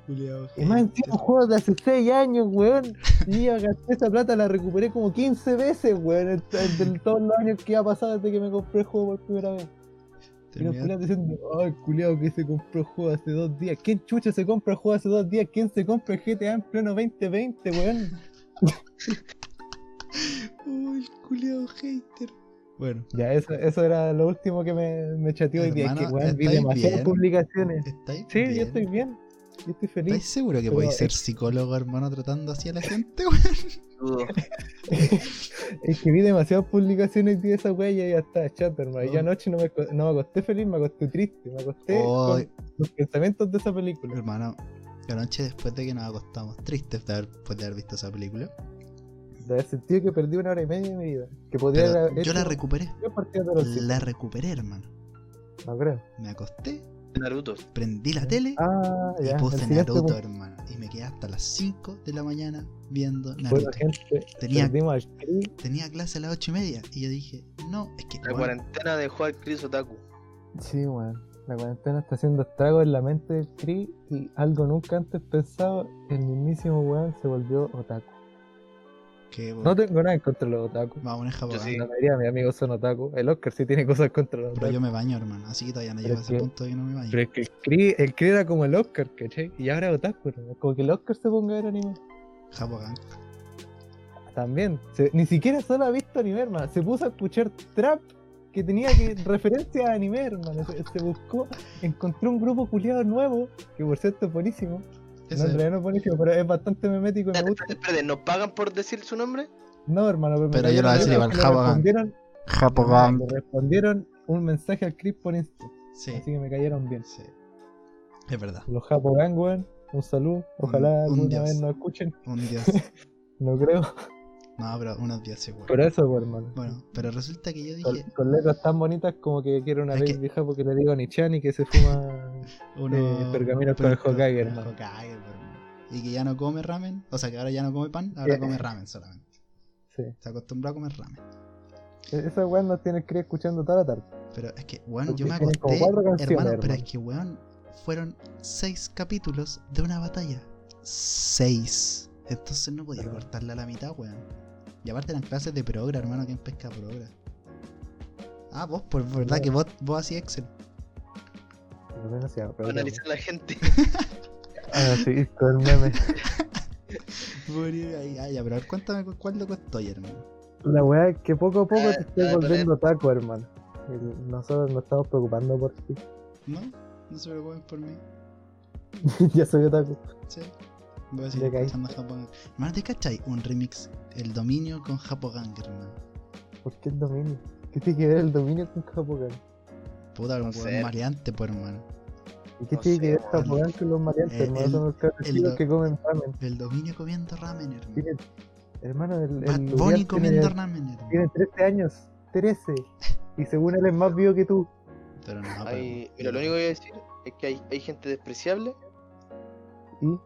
S3: culiao
S2: Y más
S3: hater.
S2: encima un juego de hace 6 años, weón. Y yo gasté esa plata, la recuperé como 15 veces, weón. en- en- en todos los años que ha pasado desde que me compré el juego por primera vez. Y los
S3: Terminaste-
S2: culiados diciendo, ay, culiado que se compró el juego hace dos días. ¿Quién chucha se compra el juego hace dos días? ¿Quién se compra el GTA en pleno 2020, weón?
S3: Oh, el culiao hater. Bueno,
S2: Ya, eso, eso era lo último que me, me chateó hoy día. Es que,
S3: Hermano,
S2: weón, vi
S3: ¿estáis
S2: demasiadas
S3: bien?
S2: publicaciones.
S3: ¿estáis?
S2: Sí,
S3: bien?
S2: yo estoy bien. Yo estoy
S3: ¿Estáis
S2: feliz.
S3: seguro que
S2: pero-
S3: podéis ser psicólogo, hermano, tratando así a la gente, weón?
S4: Dudo.
S2: Es que vi demasiadas publicaciones de esa wea y ya está chato, hermano. Y
S3: Oh.
S2: Yo anoche no me, aco- no me acosté feliz, me acosté triste, me acosté
S3: Oh,
S2: con los pensamientos de esa película.
S3: hermano, la noche después de que nos acostamos, tristes de haber, después de haber visto esa película,
S2: De haber sentido que perdí una hora y media de mi vida. Que podía
S3: Pero
S2: haber
S3: yo la
S2: hecho
S3: recuperé.
S2: tres partidas de los
S3: La recuperé, hermano.
S2: No creo.
S3: Me acosté,
S4: Naruto.
S3: prendí la tele
S2: Ah,
S3: y
S2: ya. el
S3: puse
S2: siguiente
S3: Naruto,
S2: punto.
S3: hermano. Y me quedé hasta las 5 de la mañana viendo
S2: Bueno,
S3: Naruto.
S2: gente,
S3: Tenía-
S2: perdimos al Chris.
S3: Tenía clase a las 8 y media. Y yo dije, no, es que.
S4: La
S3: bueno,
S4: cuarentena de Juan Chris Otaku.
S2: Sí, weón. La cuarentena está haciendo estragos en la mente del Chris y algo nunca antes pensado, el mismísimo weón se volvió otaku.
S3: que, bueno,
S2: No tengo nada en contra de los otaku.
S3: vamos a dejar
S4: Yo
S3: botando.
S4: sí.
S2: La mayoría de mis amigos son otaku. El Oscar sí tiene cosas contra los
S3: Pero
S2: otaku.
S3: yo me baño, hermano. Así que todavía no
S2: Pero
S3: llego a
S2: es
S3: ese
S2: que-
S3: punto de que no me baño.
S2: Pero es que el Cree, el Cree era como el Oscar, ¿cachai? Y ahora es otaku, ¿no? Como que el Oscar se ponga a ver anime.
S3: Japogán.
S2: También. se- ni siquiera solo ha visto anime, hermano. Se puso a escuchar trap que tenía que referencia a anime, hermano. Se, se buscó, encontró un grupo culiado nuevo, que por cierto es buenísimo. No,
S3: Ese-
S2: en realidad no es buenísimo, pero es bastante memético y me
S4: Espérate,
S2: gusta.
S4: espérate, espérate, ¿nos pagan por decir su nombre?
S2: No, hermano, me
S3: Pero yo lo voy a decir
S2: cayeron
S3: igual,
S2: que le
S3: Japogan.
S2: respondieron,
S3: Japogán.
S2: le respondieron un mensaje al Chris por Insta.
S3: Sí,
S2: Así que me cayeron bien.
S3: sí. Es verdad.
S2: Los Japogan, weón. Un saludo. Ojalá
S3: un
S2: alguna
S3: dios.
S2: vez nos escuchen.
S3: Un dios.
S2: No creo.
S3: No, pero unos días seguro.
S2: Por eso, pues, hermano.
S3: Bueno, pero resulta que yo
S2: Con,
S3: dije,
S2: con letras tan bonitas como que quiero una
S3: Es
S2: ley
S3: que-
S2: vieja porque le digo a Nichan y que se fuma.
S3: uno
S2: Eh, pergaminos con el
S3: productos
S2: Hokage,
S3: con el
S2: hermano.
S3: Hokage, hermano. Y que ya no come ramen, o sea que ahora ya no come pan, ahora
S2: Eh.
S3: come ramen solamente.
S2: Sí.
S3: Se acostumbró a comer ramen.
S2: E- Esa weón nos tiene que ir escuchando toda la tarde.
S3: Pero es que, weón, yo
S2: Porque
S3: me
S2: tiene como
S3: acosté,
S2: cuatro
S3: hermano,
S2: canciones,
S3: pero es
S2: hermano.
S3: que, weón, fueron seis capítulos de una batalla. Seis. Entonces no podía
S2: Pero-
S3: cortarla a la mitad, weón. Y aparte eran clases de progra, hermano, ¿quién pesca progra? Ah, vos, por verdad que vos, vos hacías Excel.
S2: No sé, no sé, pero-
S4: Analizar a la gente.
S2: Ah, sí, con meme.
S3: Morir ahí. Ah, ya, pero a ver, cuéntame cu- cuál loco estoy, hermano.
S2: La weá es que poco a poco
S4: Ah,
S2: te estoy
S4: ah,
S2: volviendo taco, hermano. Y Nosotros nos estamos preocupando por ti.
S3: ¿No? ¿No se preocupen por mí?
S2: ya soy otaku.
S3: Sí. Voy a seguir
S2: Le caí.
S3: escuchando Japogan. Hermano, ¿te cachai? Un remix, el dominio con Japogan, hermano.
S2: ¿Por qué el dominio? ¿Qué tiene que ver el dominio con Capogan?
S3: Puta, un
S4: No
S3: weón
S4: sé.
S3: maleante, pues, hermano.
S2: ¿Y qué
S4: No
S2: tiene
S4: sé,
S2: que ver
S4: weón.
S2: Capogan con los maleantes,
S3: El-
S2: hermano?
S3: Eh, el-
S2: Son los
S3: do-
S2: cabros que comen ramen.
S3: El dominio comiendo ramen, hermano.
S2: Tiene- hermano, el,
S3: Bad
S2: el Urias
S3: Bunny
S2: tiene-
S3: comiendo ramen,
S2: tiene
S3: hermano.
S2: 13 años. 13. Y según él es más vivo que tú.
S3: Pero no, pues,
S4: Hay-
S3: hermano.
S4: mira, lo único que voy a decir es que hay, hay gente despreciable,
S3: ¿Mm?
S2: Y,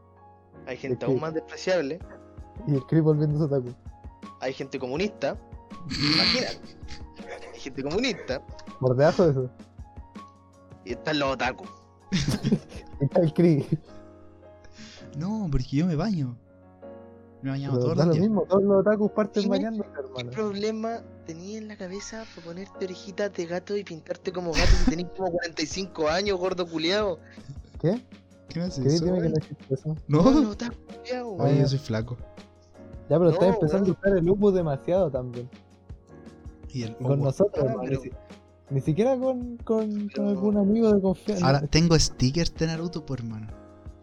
S4: hay gente
S2: qué?
S4: aún más despreciable,
S2: y el Chris volviendo a Otaku.
S4: hay gente comunista. Imagínate. Hay gente comunista
S2: Mordeazo eso.
S4: y están los otakus.
S2: Y está el Chris.
S3: No, porque yo me baño. Me he bañado
S2: Pero
S3: todos
S2: Da
S3: los
S2: lo
S3: días.
S2: mismo, todos los otakus parten
S4: Dime,
S2: bañándose,
S4: ¿Qué
S2: hermano.
S4: problema tenía en la cabeza para ponerte orejitas de gato y pintarte como gato si tenés como 45 años, gordo culiado?
S2: ¿Qué?
S3: ¿Qué me haces?
S2: Chris, dime que no existe eso.
S4: Todos los
S3: No.
S4: otakus culiao,
S2: Ay,
S3: Oye,
S4: weón.
S3: yo soy flaco.
S2: Ya, pero está
S4: No,
S2: empezando a
S4: weón.
S2: usar el lupus demasiado también.
S3: Y el
S2: Y con
S3: hongo.
S2: nosotros,
S4: Ah,
S2: hermano,
S4: pero-
S2: ni si- Ni siquiera con, con, con
S4: Pero-
S2: algún amigo de confianza.
S3: Ahora tengo stickers de Naruto, por hermano.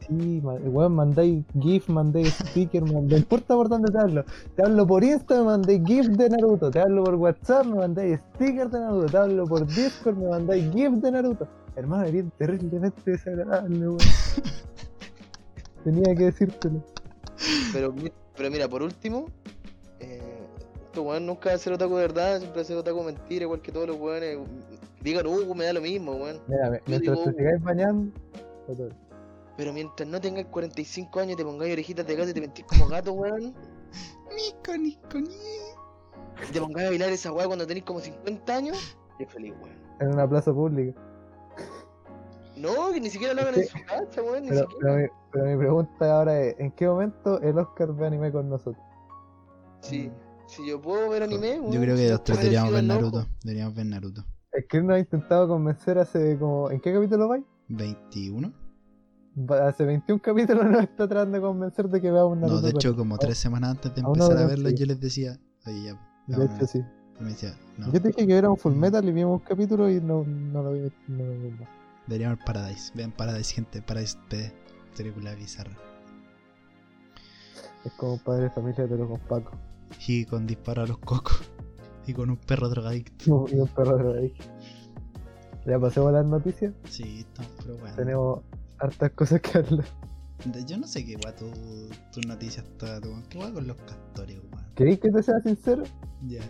S2: Sí, ma- weón, mandáis GIF, mandáis sticker, man- no importa por dónde te hablo. Te hablo por Insta, me mandáis GIF de Naruto. Te hablo por WhatsApp, me mandáis sticker de Naruto. Te hablo por Discord, me mandáis GIF de Naruto. Hermano, eres terriblemente desagradable, weón. Tenía que decírtelo.
S4: Pero, mi- pero mira, por último, eh, este weón nunca va a ser otaku de verdad, siempre va a ser otaku de mentira, igual que todos los weones. Digan, uh, me da lo mismo, weón.
S2: Mira, me- mientras te
S4: digo-
S2: sigáis bañando, total.
S4: Pero mientras no tengas 45 años y te pongáis orejitas de gato y te mentís como gato, weón.
S3: Nico, Nico, Nico.
S4: Y te pongáis a bailar esa weá cuando tenés como 50 años, yo feliz, weón.
S2: en una plaza pública.
S4: No, que ni siquiera lo hagan en su casa, weón, ni
S2: Pero,
S4: siquiera.
S2: pero, mi, pero mi pregunta ahora es, ¿en qué momento el Oscar ve anime con nosotros?
S4: Sí. Si yo puedo ver anime, weón.
S3: Yo creo que
S4: si
S3: los tres
S4: puedo
S3: deberíamos
S4: decir
S3: ver
S4: al
S3: Naruto.
S4: loco.
S3: Deberíamos ver Naruto.
S2: Es que él nos ha intentado convencer hace como... ¿En qué capítulo vais?
S3: 21.
S2: Va- Hace 21 capítulos nos está tratando de convencer de que veamos Naruto.
S3: No, de
S2: con-
S3: hecho, como tres semanas antes de
S2: Aún no
S3: empezar a
S2: veo,
S3: verlo,
S2: sí.
S3: yo les decía, oye, ya.
S2: De
S3: vámonos".
S2: hecho, sí.
S3: Y me decía, no, Mm.
S2: Yo te dije que éramos Full Metal y vimos un capítulo y no, no lo vimos. No lo vimos.
S3: deberíamos ver Paradise. Vean Paradise, gente. Paradise PD. Película bizarra.
S2: Es como padre de familia te lo con Paco.
S3: Y con disparo a los cocos. Y con un perro drogadicto.
S2: Y un y un perro de ahí. Ya pasemos a las noticias.
S3: Sí, estamos pero bueno.
S2: Tenemos hartas cosas que hablar.
S3: De- Yo no sé qué guay tu, tu noticia está. Tu, ¿Qué guay con los castores, weón?
S2: ¿Queréis que te sea sincero?
S3: Ya.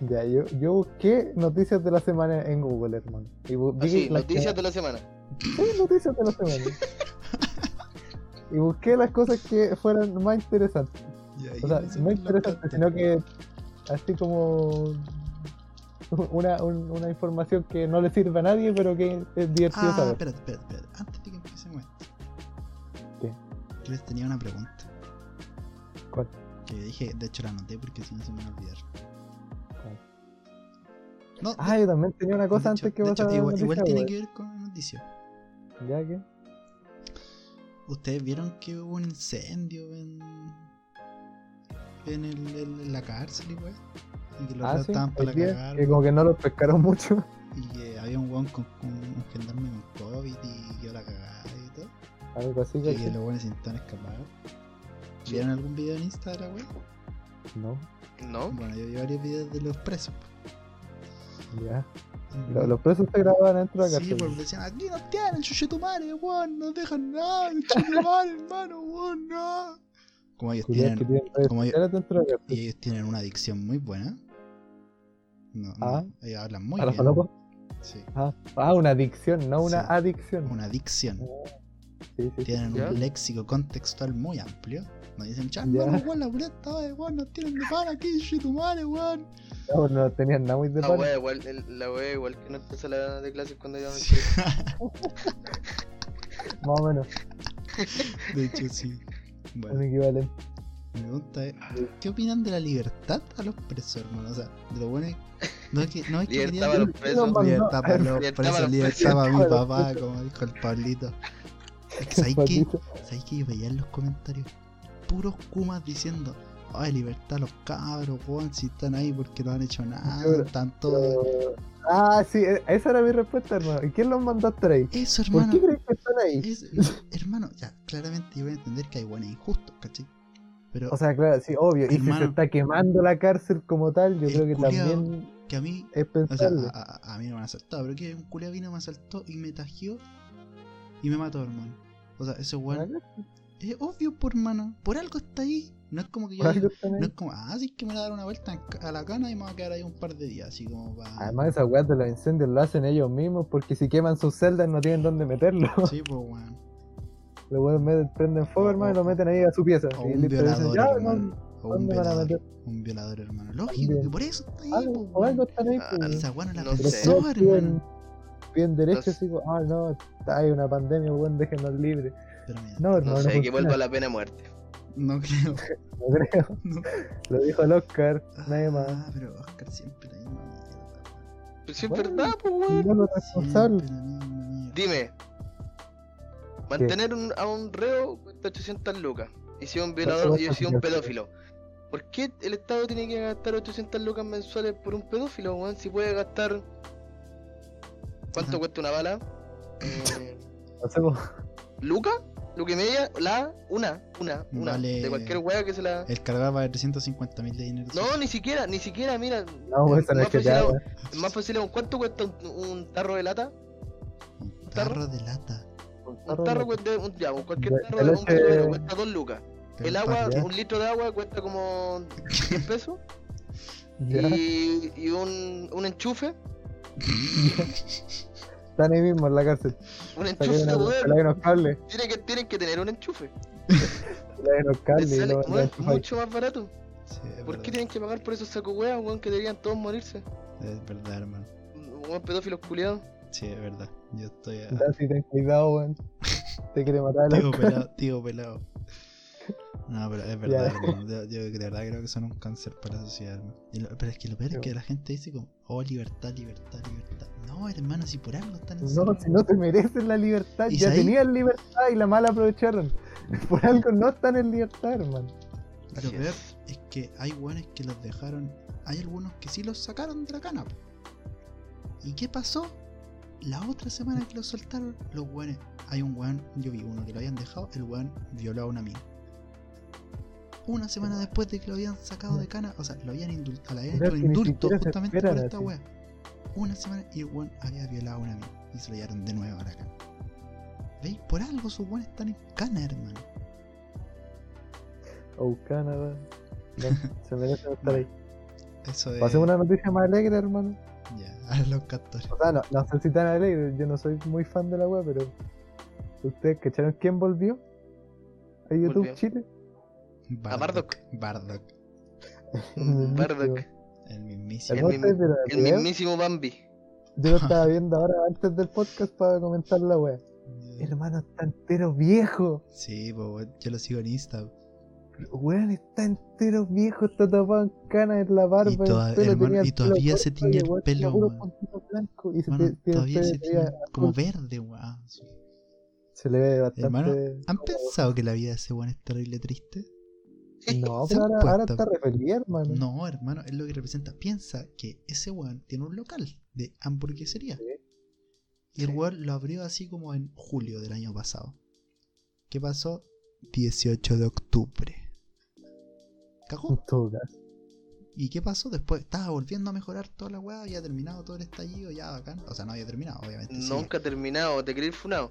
S2: Ya, yo, yo busqué noticias de la semana en Google, hermano. Y bu- vi
S4: Así,
S2: las
S4: Ah,
S2: que-
S4: noticias de la semana.
S2: Sí, noticias de la semana. y busqué las cosas que fueran más interesantes.
S3: Ya,
S2: O
S3: yo
S2: sea,
S3: sé
S2: no
S3: qué es los
S2: interesantes,
S3: castores.
S2: sino que así como una, un- una información que no le sirve a nadie, pero que es divertido
S3: Ah,
S2: saber.
S3: espérate, espérate, espérate. Antes de que empecemos esto.
S2: ¿Qué?
S3: Yo les tenía una pregunta.
S2: ¿Cuál?
S3: Que dije, de hecho la anoté porque si no se me va a olvidar.
S2: ¿Cuál?
S3: No, de-
S2: Ah, yo también tenía una cosa
S3: de hecho-
S2: antes que
S3: de
S2: pasara
S3: hecho,
S2: a la
S3: Igual, igual
S2: noticia,
S3: tiene
S2: güey.
S3: que ver con la noticia.
S2: Ya que.
S3: Ustedes vieron que hubo un incendio en. en, el, en- en la cárcel, güey. Y que los
S2: Ah,
S3: reos
S2: sí,
S3: estaban
S2: hoy
S3: para la
S2: día,
S3: cagar.
S2: que como que no los pescaron mucho.
S3: Y que había un weón con, con un gendarme con COVID y yo la cagada y todo.
S2: Algo así,
S3: Y que
S2: ¿cachai?
S3: los weones se intentaron escapar. ¿Vieron algún video en Instagram, güey?
S2: No,
S4: No.
S3: Bueno, yo vi varios videos de los presos.
S2: ya. Lo- Los presos se grababan dentro de la
S3: Sí,
S2: cárcel.
S3: pues decían, aquí nos tienen, chuchetumare, weón, no dejan nada, chuchetumare, hermano, weón, no. Como ellos
S2: Culiao este que
S3: tienen,
S2: tienen redes
S3: como yo-
S2: sociales dentro de la cárcel.
S3: y ellos tienen una adicción muy buena. No, no,
S2: Ah.
S3: ellos hablan muy
S2: ¿A la
S3: bien.
S2: falopa?
S3: Sí,
S2: Ah, ah, una adicción, no una
S3: Sí.
S2: adicción. Oh,
S3: una adicción.
S2: Sí, sí, sí.
S3: Tienen
S4: ¿Ya?
S3: un léxico contextual muy amplio. Nos dicen, chan,
S2: Ya.
S3: vamos, weón, la puleta, weón, nos tienen de pan aquí, chuchetumare, weón.
S2: No, no tenían nada muy de
S4: La
S2: pan.
S4: wea Ah, igual, el- la wea igual que no empezó la de clases cuando íbamos
S3: Sí.
S2: Más o menos,
S3: De hecho, sí. Bueno.
S2: es equivalente.
S3: Mi pregunta es, ¿qué opinan de la libertad a los presos, hermano? O sea, de lo bueno es... No es que, no es que
S4: Libertad
S3: quería-
S4: para los presos.
S3: Libertad para los
S4: Libertad para
S3: presos,
S4: los
S3: libertad para mi
S2: presos.
S3: papá, como dijo el Pablito. Es que, ¿sabéis qué?
S2: Patito.
S3: ¿Sabéis que yo veía en los comentarios puros kumas diciendo, ay, libertad a los cabros, weón, si están ahí porque no han hecho nada,
S2: Pero-
S3: están todos...
S2: e, Ah, sí, eh, esa era mi respuesta, hermano. ¿Y quién los mandó a estar ahí?
S3: Eso,
S2: ¿Por
S3: hermano. eh,
S2: qué crees que están de ahí.
S3: Es- hermano, ya, claramente yo voy a entender que hay buenos injustos, ¿cachai? Pero
S2: O sea, claro, sí, obvio. Y si se
S3: Hermano.
S2: está quemando la cárcel como tal, yo
S3: El
S2: creo que
S3: culiao-
S2: también
S3: que a mí,
S2: es
S3: o sea, ah,
S2: pensable.
S3: a, a- a mí no me han asaltado, pero que un culiao vino, me asaltó y me tajió y me mató, hermano. O sea, ese weón
S2: Bueno,
S3: es obvio, por hermano. Por algo está ahí. No es como que yo.
S2: por
S3: diga-
S2: algo también.
S3: No es como, ah, sí es que me voy a dar una vuelta en ca- a la cana y me voy a quedar ahí un par de días, así como para.
S2: Además, esas weas de los incendios lo hacen ellos mismos porque si queman sus celdas no tienen dónde meterlo.
S3: Sí, pues, weón.
S2: Los weas meten- prenden fuego,
S3: O-
S2: hermano, y
S3: o-
S2: lo meten ahí a su pieza.
S3: O
S2: Y
S3: un
S2: listo, dicen,
S3: violador,
S2: ya,
S3: hermano. O un
S2: ¿dónde van a
S3: violador.
S2: meter?
S3: Un violador, hermano. Lógico,
S2: También.
S3: que por eso está ahí,
S2: no, algo-
S3: po,
S2: o algo
S3: weón.
S2: están ahí.
S4: Ah,
S2: pues.
S3: Esa weón no la
S4: No
S2: Pero
S4: sé.
S3: pensó,
S2: todos bien,
S3: hermano.
S2: bien derecho,
S4: Entonces-
S2: así como, ah, no, hay una pandemia, weón, déjenos libres.
S3: Pero mira,
S2: No,
S4: No
S2: hermano,
S4: sé, que
S2: funciona,
S4: vuelva la pena de muerte.
S3: no creo.
S2: no creo.
S3: No.
S2: Lo dijo el Oscar, nadie más.
S3: Ah, pero Oscar siempre la misma mierda.
S4: Pues sí, es
S2: Bueno.
S4: verdad, pues,
S2: Y
S4: weón.
S2: No lo
S3: Siempre
S2: responsable.
S3: la misma mierda.
S4: Dime. Mantener un- a un reo cuesta 800 lucas. Y si es un violador
S2: ¿Cuánto
S4: y si es un
S2: cuesta?
S4: pedófilo. ¿Por qué el Estado tiene que gastar 800 lucas mensuales por un pedófilo, weón? Si puede gastar... ¿Cuánto
S3: Ajá.
S4: cuesta una bala? Eh,
S2: No sé, po.
S4: ¿Luca? ¿Luca y media? ¿La? Una, una, una.
S3: Vale.
S4: De cualquier weá que se la...
S3: El cargado vale 350 mil de dinero.
S4: No, ni siquiera, ni siquiera, mira.
S2: no, weón, esa no es
S4: más
S2: que te
S4: fácil
S2: haga.
S4: aún. Más fácil aún, ¿cuánto cuesta un, un tarro de lata?
S3: Un tarro de lata.
S4: Un tarro cuesta, un, ya, un- cualquier
S2: De-
S4: tarro
S2: de
S4: de
S2: leche-
S4: un tarro cuesta dos lucas.
S3: Pero
S4: El
S3: un
S4: agua,
S3: tarro-
S2: ya.
S4: un litro de agua cuesta como 10 pesos.
S2: Ya,
S4: y y un, un enchufe,
S2: Están ahí mismo en la cárcel.
S4: un enchufe,
S2: Saquen una-
S4: weón.
S2: saquen unos cables.
S4: Tienen que, tienen que tener un enchufe.
S2: Saquen unos
S4: Les
S2: cables. y
S4: sale
S2: lo- lo
S4: weón,
S2: enchufan.
S4: mucho más barato.
S3: Sí, es
S4: ¿Por qué
S3: verdad.
S4: tienen que pagar por esos sacos weas, weón, que deberían todos morirse?
S3: Es verdad, hermano.
S4: Weón, pedófilos culiados.
S3: Sí, es verdad. Yo estoy ah, a...
S2: Ya, sí, ten cuidado, weón. Te quiere matar a
S3: Tío
S2: los
S3: pelado, tío pelado. No, pero es verdad,
S2: Ya.
S3: hermano. Yo, yo de verdad creo que son un cáncer para la sociedad, hermano. Y lo- pero es que lo peor es que la gente dice como, oh, libertad, libertad, libertad. No, hermano, si por algo están
S2: No,
S3: encerrados.
S2: si no te mereces la libertad,
S3: ¿Y
S2: ya
S3: sabéis?
S2: tenían libertad y la mala aprovecharon. Por algo no están en libertad, hermano.
S3: Y Lo
S4: Así
S3: peor
S4: es.
S3: es que hay guanes que los dejaron. Hay algunos que sí los sacaron de la cana. po. ¿Y qué pasó? La otra semana que los soltaron, los guanes. Hay un guan, yo vi uno que lo habían dejado, el guan violó a una mina. Una semana después de que lo habían sacado de cana, o sea, lo habían indultado, le habían
S2: Pero
S3: hecho
S2: si
S3: un
S2: ni
S3: indulto
S2: siquiera se
S3: justamente
S2: esperan
S3: por esta
S2: así.
S3: wea. Una semana y el guan había violado a una mina y se lo llevaron de nuevo a la cana. ¿Veis? Por algo sus guanes están en cana, hermano.
S2: Oh, Canadá. No, se merecen estar ahí.
S3: Eso de.
S2: Pasemos una noticia más alegre, hermano.
S3: Ya, a los cantores.
S2: O sea, no, no sé si tan alegre, yo no soy muy fan de la web, pero. ¿Ustedes cacharon quién volvió? ¿A YouTube
S4: Volvió.
S2: Chile?
S4: Bardock.
S3: Bardock.
S4: Un
S2: Mm,
S4: Bardock,
S3: El
S2: ¿El
S3: mismísimo.
S4: El
S2: Monster
S4: mismo-
S2: de la
S4: el
S2: video?
S4: mismísimo Bambi.
S2: Yo lo estaba viendo ahora antes del podcast para comentar la web. Hermano, está entero viejo.
S3: Sí, po, weón, yo lo sigo en Insta.
S2: Weón, está entero viejo, está tapado en cana en la barba.
S3: Y
S2: en el
S3: toda-
S2: pelo,
S3: hermano,
S2: tenía
S3: y
S2: el
S3: todavía
S2: pelo
S3: se
S2: corto,
S3: tiñe
S2: y
S3: el
S2: weón,
S3: pelo,
S2: tenía puros
S3: weón.
S2: puntitos blancos y se te-
S3: Hermano,
S2: tiene el
S3: todavía
S2: pelo
S3: se
S2: todavía
S3: tiene como
S2: azul.
S3: verde, weón.
S2: Se le ve bastante.
S3: Hermano, ¿Han pensado que la vida de ese weón es terrible triste?
S2: No,
S3: se
S2: pero
S3: han
S2: ahora, ahora
S3: puesto-
S2: está re feliz, hermano.
S3: No, hermano, es lo que representa. Piensa que ese weón tiene un local de hamburguesería.
S2: Sí.
S3: Y el weón lo abrió así como en julio del año pasado. ¿Qué pasó? 18 de octubre. Cagó.
S2: En todo caso.
S3: ¿Y qué pasó? Después estaba volviendo a mejorar toda la weá, había terminado todo el estallido, ya bacán. O sea, no había terminado, obviamente. sí.
S4: Nunca ha terminado, te quería ir funado.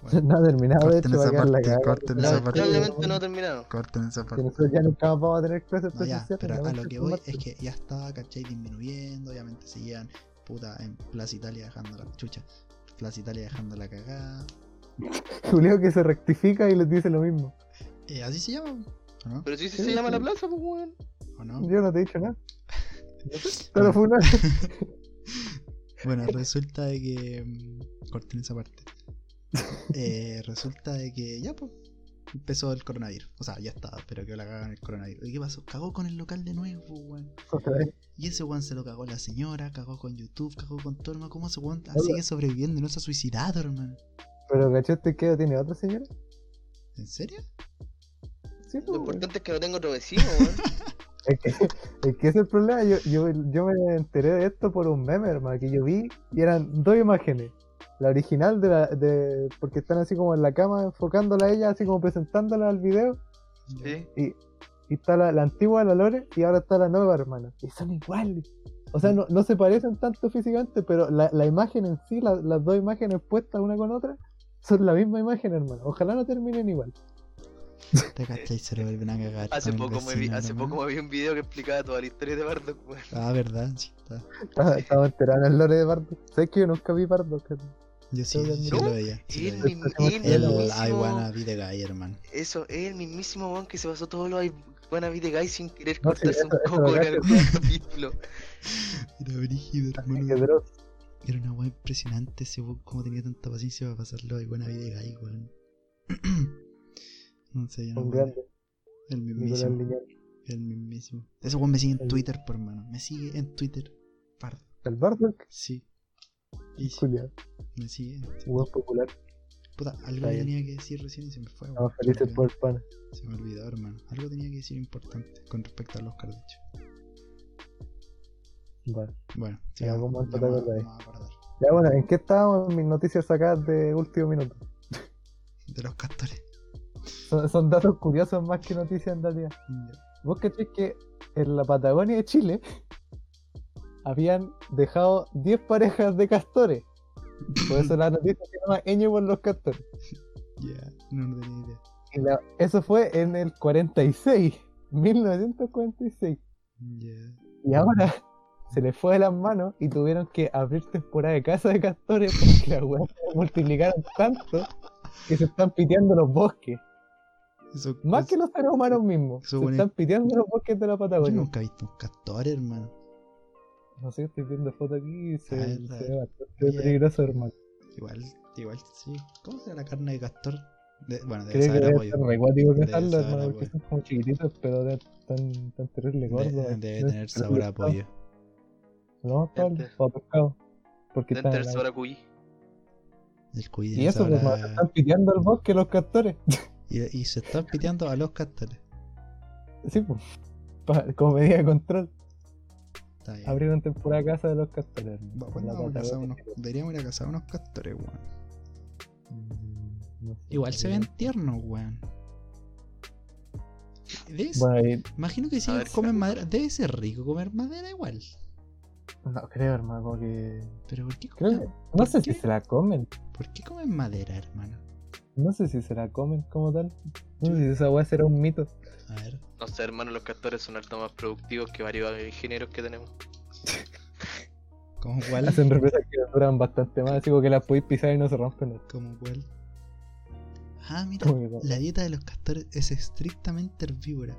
S3: Bueno,
S2: No ha terminado, de
S3: Corten
S2: hecho, va a
S3: esa
S2: quedar la
S3: parte,
S2: cagada.
S3: corten esa parte.
S4: Lamentablemente no ha terminado.
S3: corten esa
S2: Que
S3: parte.
S2: nosotros ya nunca más vamos a tener clases
S3: No, ya,
S2: presenciales, la
S3: pero a
S2: verdad
S3: lo que
S2: es
S3: voy
S2: más-
S3: es que ya estaba, ¿cachai? Disminuyendo, obviamente seguían, puta, en Plaza Italia dejando la chucha. Plaza Italia dejando la cagada.
S2: Julio que se rectifica y les dice lo mismo.
S3: Eh, así se llama, ¿o no?
S4: Pero si sí,
S2: Sí,
S4: se llama
S2: sí.
S4: la plaza, pues weón.
S3: ¿O no?
S2: Yo no te he dicho nada. Pero fue una.
S3: Bueno, resulta de que. mm, Corten esa parte. Eh, resulta de que ya, pues. Empezó el coronavirus. O sea, ya estaba, pero que la cagan el coronavirus. ¿Y qué pasó? Cagó con el local de nuevo, pues, weón.
S2: Otra vez.
S3: Y ese weón se lo cagó la señora, cagó con YouTube, cagó con todo, hermano. ¿Cómo ese weón
S2: Oye.
S3: sigue sobreviviendo y no se ha suicidado, hermano?
S2: Pero cachaste que tiene otra señora.
S3: ¿En serio?
S2: Sí,
S4: Lo
S2: pues, weón.
S4: importante es que no tengo otro vecino, weón.
S2: Es que, es que ese es el problema. Yo, yo, yo me enteré de esto por un meme, hermano, que yo vi y eran dos imágenes. La original de la. De, porque están así como en la cama enfocándola a ella, así como presentándola al video.
S4: Sí.
S2: Y, y está la, la antigua, la Lore, y ahora está la nueva, hermano. Y son iguales. O sea, no, no se parecen tanto físicamente, pero la, la imagen en sí, la- las dos imágenes puestas una con otra, son la misma imagen, hermano. Ojalá no terminen igual.
S3: Te cachai, se lo vuelven a cagar.
S4: Hace
S3: con el
S4: poco, me vi,
S3: vecino,
S4: hace
S3: hermano.
S4: poco me vi un video que explicaba toda la historia de Bardock, weón.
S3: Ah, verdad, sí. está.
S2: Estaba Ah, estaba enterado en el Lore de Bardo. Sé que yo nunca vi Bardo.
S3: Yo sí,
S2: Todo
S3: sí
S4: bien.
S3: lo veía. sí
S4: El,
S3: lo veía.
S4: mim-
S2: Esto se
S4: el
S2: llama-
S3: El I
S4: mismísimo-
S3: wanna be the guy, hermano.
S4: Eso, es el mismísimo weón que se pasó todos los I wanna be the guy sin querer
S2: No, sí,
S4: cortarse un
S2: eso- eso lo
S4: coco en
S2: cacho.
S4: algún capítulo.
S3: Era brígido,
S2: Que
S3: hermano.
S2: Dross,
S3: Era una weá impresionante ese weón, cómo tenía tanta paciencia para pasarlo a I wanna be the guy, weón. no sé, yo no
S2: un
S3: puedo.
S2: grande,
S3: El
S2: Nicolás
S3: mismísimo.
S2: Liñán.
S3: El mismísimo. Ese weón me sigue en
S2: El-
S3: Twitter, por hermano. Me sigue en Twitter. Pardo.
S2: El Bardo,
S3: Sí. Y sí,
S2: Julia,
S3: me sigue.
S2: un buen popular.
S3: Puta, algo
S2: Está
S3: que
S2: bien.
S3: tenía que decir recién y se me fue.
S2: Estamos
S3: weón. Se
S2: felices
S3: me
S2: por
S3: olvidó.
S2: el pan.
S3: Se me olvidó, hermano. Algo tenía que decir importante con respecto al Oscar, de hecho.
S2: Vale.
S3: Bueno,
S2: En algún
S3: sigamos,
S2: momento
S3: vamos
S2: te acordáis.
S3: a- vamos a acordar.
S2: Ya bueno, ¿en qué estábamos? Mis noticias sacadas de último minuto.
S3: De los castores.
S2: Son, son datos curiosos más que noticias en realidad.
S3: Ya.
S2: ¿Vos cachéis que en la Patagonia de Chile habían dejado 10 parejas de castores? Por eso la noticia se llama Ñe por los castores.
S3: Ya, no, no tenía idea.
S2: Y la- eso fue en el 46, 1946.
S3: Ya.
S2: Y ahora se les fue de las manos y tuvieron que abrir temporada de casa de castores porque las weas se multiplicaron tanto que se están piteando los bosques.
S3: Eso,
S2: Más que
S3: eso-
S2: los seres humanos mismos.
S3: eso
S2: se
S3: pone-
S2: están piteando los bosques de la
S3: Yo
S2: Patagonia.
S3: nunca he visto un castor, hermano.
S2: No sé, estoy viendo fotos aquí y se,
S3: Ah,
S2: se
S3: verdad.
S2: ve bastante
S3: Ya.
S2: peligroso, hermano.
S3: Igual, igual, sí. ¿Cómo será la carne de castor? De- bueno, debe
S2: Creo que
S3: saber a
S2: debe
S3: pollo.
S2: ser re acuático
S3: Debe
S2: cazarlo,
S3: saber a
S2: hermano, porque
S3: pollo.
S2: son como chiquititos, pero de- tan, tan terrible gordos.
S3: De- debe tener sabor a pollo.
S2: No, tal,
S4: Enter.
S2: o a pescado. Porque están
S4: Enter
S2: en la-
S4: Soracuyi.
S3: El cuy
S2: Y
S3: debe
S2: eso,
S3: saber
S2: pues,
S3: a-
S2: hermano, se están piteando al bosque los castores.
S3: y, y se están piteando a los castores.
S2: Sí, pues. Pa- como medida de control,
S3: Está bien.
S2: abrieron temporada casa de los castores. hermano,
S3: Bueno,
S2: en la
S3: vamos a cazar
S2: Patagonia.
S3: unos- deberíamos ir a cazar unos castores, weón.
S2: Mm, no sé,
S3: Igual se
S2: hermano.
S3: ven tiernos, weón. ¿Ves?
S2: Bueno, y-
S3: Imagino que si
S4: A
S3: ellos
S4: ver.
S3: comen madera, debe ser rico comer madera igual.
S2: no creo, hermano, como que.
S3: Pero Ah, ¿por qué comen,
S2: Creo que. No sé si
S3: qué?
S2: se la comen.
S3: ¿por qué comen madera, hermano?
S2: No sé si se la comen como tal. No sé si esa weá será un mito.
S3: A ver,
S4: No sé, hermano, los castores son harto más productivos que varios ingenieros que tenemos.
S3: ¿cómo cuál?
S2: Hacen represas que duran bastante más, así como que las podéis pisar y no se rompen.
S3: ¿Cómo cuál? Ah, mira,
S2: Como que no.
S3: la dieta de los castores es estrictamente herbívora.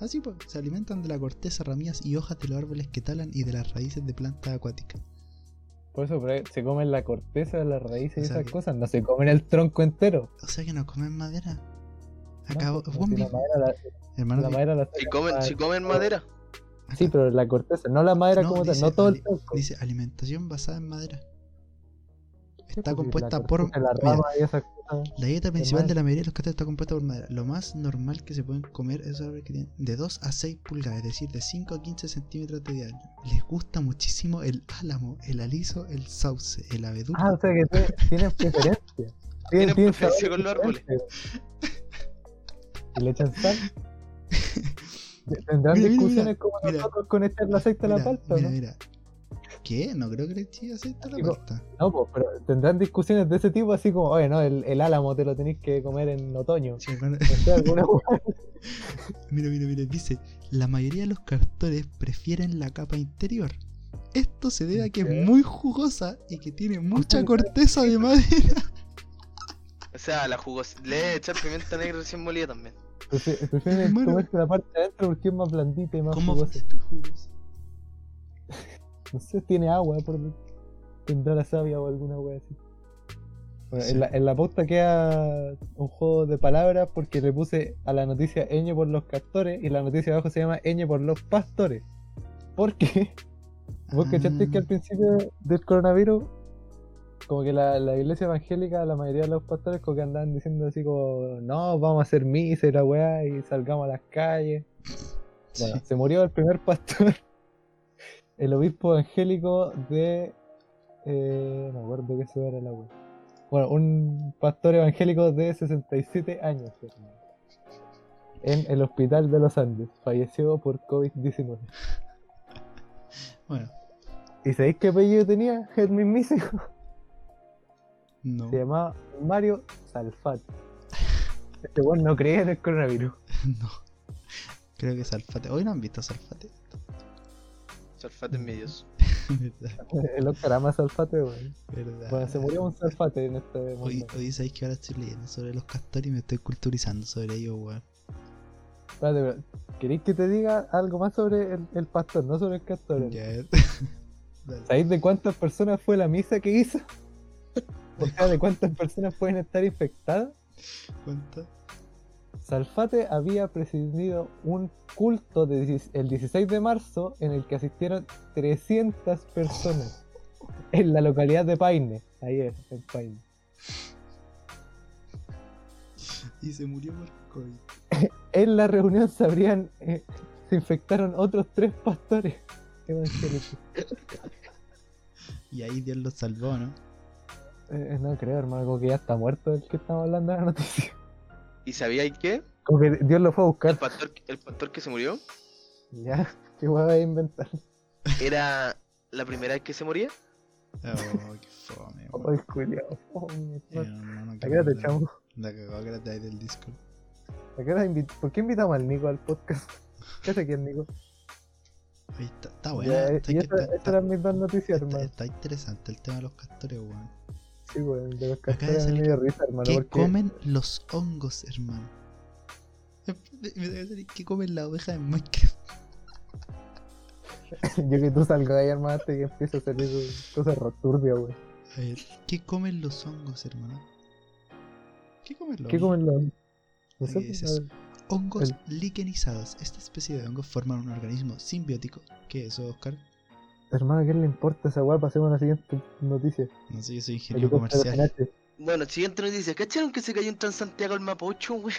S3: Así pues, se alimentan de la corteza, ramillas y hojas de los árboles que talan y de las raíces de plantas acuáticas.
S2: Por eso por ahí se comen la corteza, las raíces y
S3: O sea
S2: esas
S3: que-
S2: cosas. No se comen el tronco entero.
S3: O sea que no comen madera.
S2: ¿no?
S3: Acabo.
S2: Como
S3: Buen
S2: si la
S3: vi-
S2: madera la-
S3: hermano,
S2: la
S3: vi-
S2: madera la
S4: Si
S2: sacan
S4: comen,
S2: para-
S4: si comen madera,
S3: acá-
S2: Sí, pero la corteza, no la madera
S3: No,
S2: como
S3: dice
S2: tal, no todo
S3: ali-
S2: el tronco.
S3: dice alimentación basada en madera.
S2: Sí,
S3: Está
S2: porque
S3: compuesta
S2: la
S3: por.
S2: corteza, La
S3: mira,
S2: rama y esas cosas.
S3: La dieta principal
S2: más?
S3: de la mayoría de los castores está compuesta por madera. Lo más normal que se pueden comer es árboles que tienen de 2 a 6 pulgadas, es decir, de 5 a 15 centímetros de diámetro. Les gusta muchísimo el álamo, el aliso, el sauce, el abeduco.
S2: Ah, o sea que tiene- tienen preferencia. Tienen,
S4: Tienen
S2: tienen
S4: preferencia
S2: sabores
S4: con los árboles.
S2: diferentes. Este, Y le echan sal. Tendrán
S3: Mira, mira,
S2: discusiones
S3: mira,
S2: como
S3: mira.
S2: nosotros con echar la secta a la
S3: Mira,
S2: palta,
S3: mira,
S2: ¿no?
S3: mira. ¿Qué? No creo que le eche aceite a la
S2: Digo-
S3: palta.
S2: No, pues, pero tendrán discusiones de ese tipo, así como, oye, no, el, el álamo te lo tenéis que comer en otoño.
S3: Sí, hermano.
S2: O sea, alguna hueá.
S3: Mira, mira, mira, dice, la mayoría de los castores prefieren la capa interior. Esto se debe a que
S2: ¿Qué?
S3: es muy jugosa y que tiene mucha corteza de madera.
S4: o sea, la jugos... Le debe echar pimienta negra recién molida también.
S2: Prefi- Prefieren
S3: Hermano.
S2: comerse la parte de adentro porque es más blandita y más
S3: ¿Cómo
S2: jugosa.
S3: jugosa?
S2: No sé, tiene agua, por... tendrá la savia o alguna wea así. Bueno,
S3: Sí.
S2: en, la, en la posta queda un juego de palabras porque le puse a la noticia Ñ por los castores y la noticia abajo se llama Ñ por los pastores. Porque vos cachaste que
S3: Ah,
S2: al principio del coronavirus, como que la, la iglesia evangélica, la mayoría de los pastores, como que andaban diciendo así como, no, vamos a hacer misa y la weá y salgamos a las calles.
S3: Sí.
S2: Bueno, se murió el primer pastor, el obispo evangélico de Eh, no me acuerdo qué ciudad era la wea. Bueno, un pastor evangélico de 67 años. hermano, En el hospital de los Andes. Falleció por COVID-19.
S3: Bueno,
S2: ¿Y sabéis qué apellido tenía? El mismísimo.
S3: no,
S2: Se llamaba Mario Salfat. Este weón no creía en el coronavirus.
S3: no. Creo que Salfate. Hoy no han visto Salfate.
S4: Salfate en medios.
S3: verdad,
S2: El Oscar ama a Salfate, weón.
S3: verdad.
S2: Bueno, se murió un Salfate en este
S3: Hoy,
S2: momento.
S3: hoy sabéis que ahora estoy leyendo sobre los castores y me estoy culturizando sobre ellos, weón.
S2: Espérate, pero Ah, ¿queréis que te diga algo más sobre el, el pastor, no sobre el castor?
S3: Ya es. Dale.
S2: ¿Sabéis de cuántas personas fue la misa que hizo? O sea, ¿de cuántas personas pueden estar infectadas?
S3: ¿Cuánto?
S2: Salfate había presidido un culto de dieci- el 16 de marzo en el que asistieron 300 personas en la localidad de Paine. Ahí es, en Paine.
S3: Y se murió por COVID.
S2: En la reunión se habrían, eh, se infectaron otros tres pastores evangélicos.
S3: Y ahí Dios los salvó, ¿no?
S2: Eh, no creo, hermano, como que ya está muerto el que estamos hablando de la noticia.
S4: ¿Y sabíais qué?
S2: Como que Dios lo fue a
S4: El
S2: buscar.
S4: pastor, el pastor que se murió
S2: Ya, qué voy a inventar.
S4: era la primera vez que se moría.
S3: Oh, qué fome, weón.
S2: Ay, culiao. Oh, mi
S3: Eh,
S2: hermano.
S3: hermano, qué
S2: ¿A qué hora te
S3: maldad.
S2: echamos?
S3: La cagó que la trae del Discord.
S2: ¿A qué hora invi- ¿Por qué invitamos al Nico al podcast? ¿Qué hace aquí el Nico?
S3: Oye, está, está buena.
S2: Ya, eh,
S3: está,
S2: y
S3: Ah, que
S2: esa-
S3: está-
S2: esas eran mis dos noticias,
S3: está-
S2: hermano.
S3: está interesante el tema de los castores, weón.
S2: Sí, weón, de los
S3: Acaba de
S2: castores me
S3: salir-
S2: dio risa, hermano.
S3: ¿Qué
S2: Porque
S3: comen los hongos, hermano? Me- me debe salir, ¿Qué comen las ovejas en Minecraft?
S2: yo que tú salgas ahí, hermano, y empiezo a salir cosas roturbias, weón.
S3: A ver, ¿qué comen los hongos, hermano? ¿Qué comen los
S2: ¿Qué
S3: hongos?
S2: comen los.? No
S3: Ay,
S2: sé,
S3: ¿qué es
S2: pues, a ver.
S3: Hongos
S2: El-
S3: liquenizados. Esta especie de hongos forman un organismo simbiótico. ¿Qué es eso, Oscar?
S2: hermano, ¿a ¿qué le importa esa weá? Pasemos a la siguiente noticia.
S3: No sé, yo soy ingeniero
S2: Helicóptero
S3: comercial.
S2: Apache.
S4: Bueno, siguiente noticia. ¿Cacharon que se cayó en Transantiago el Mapocho, güey?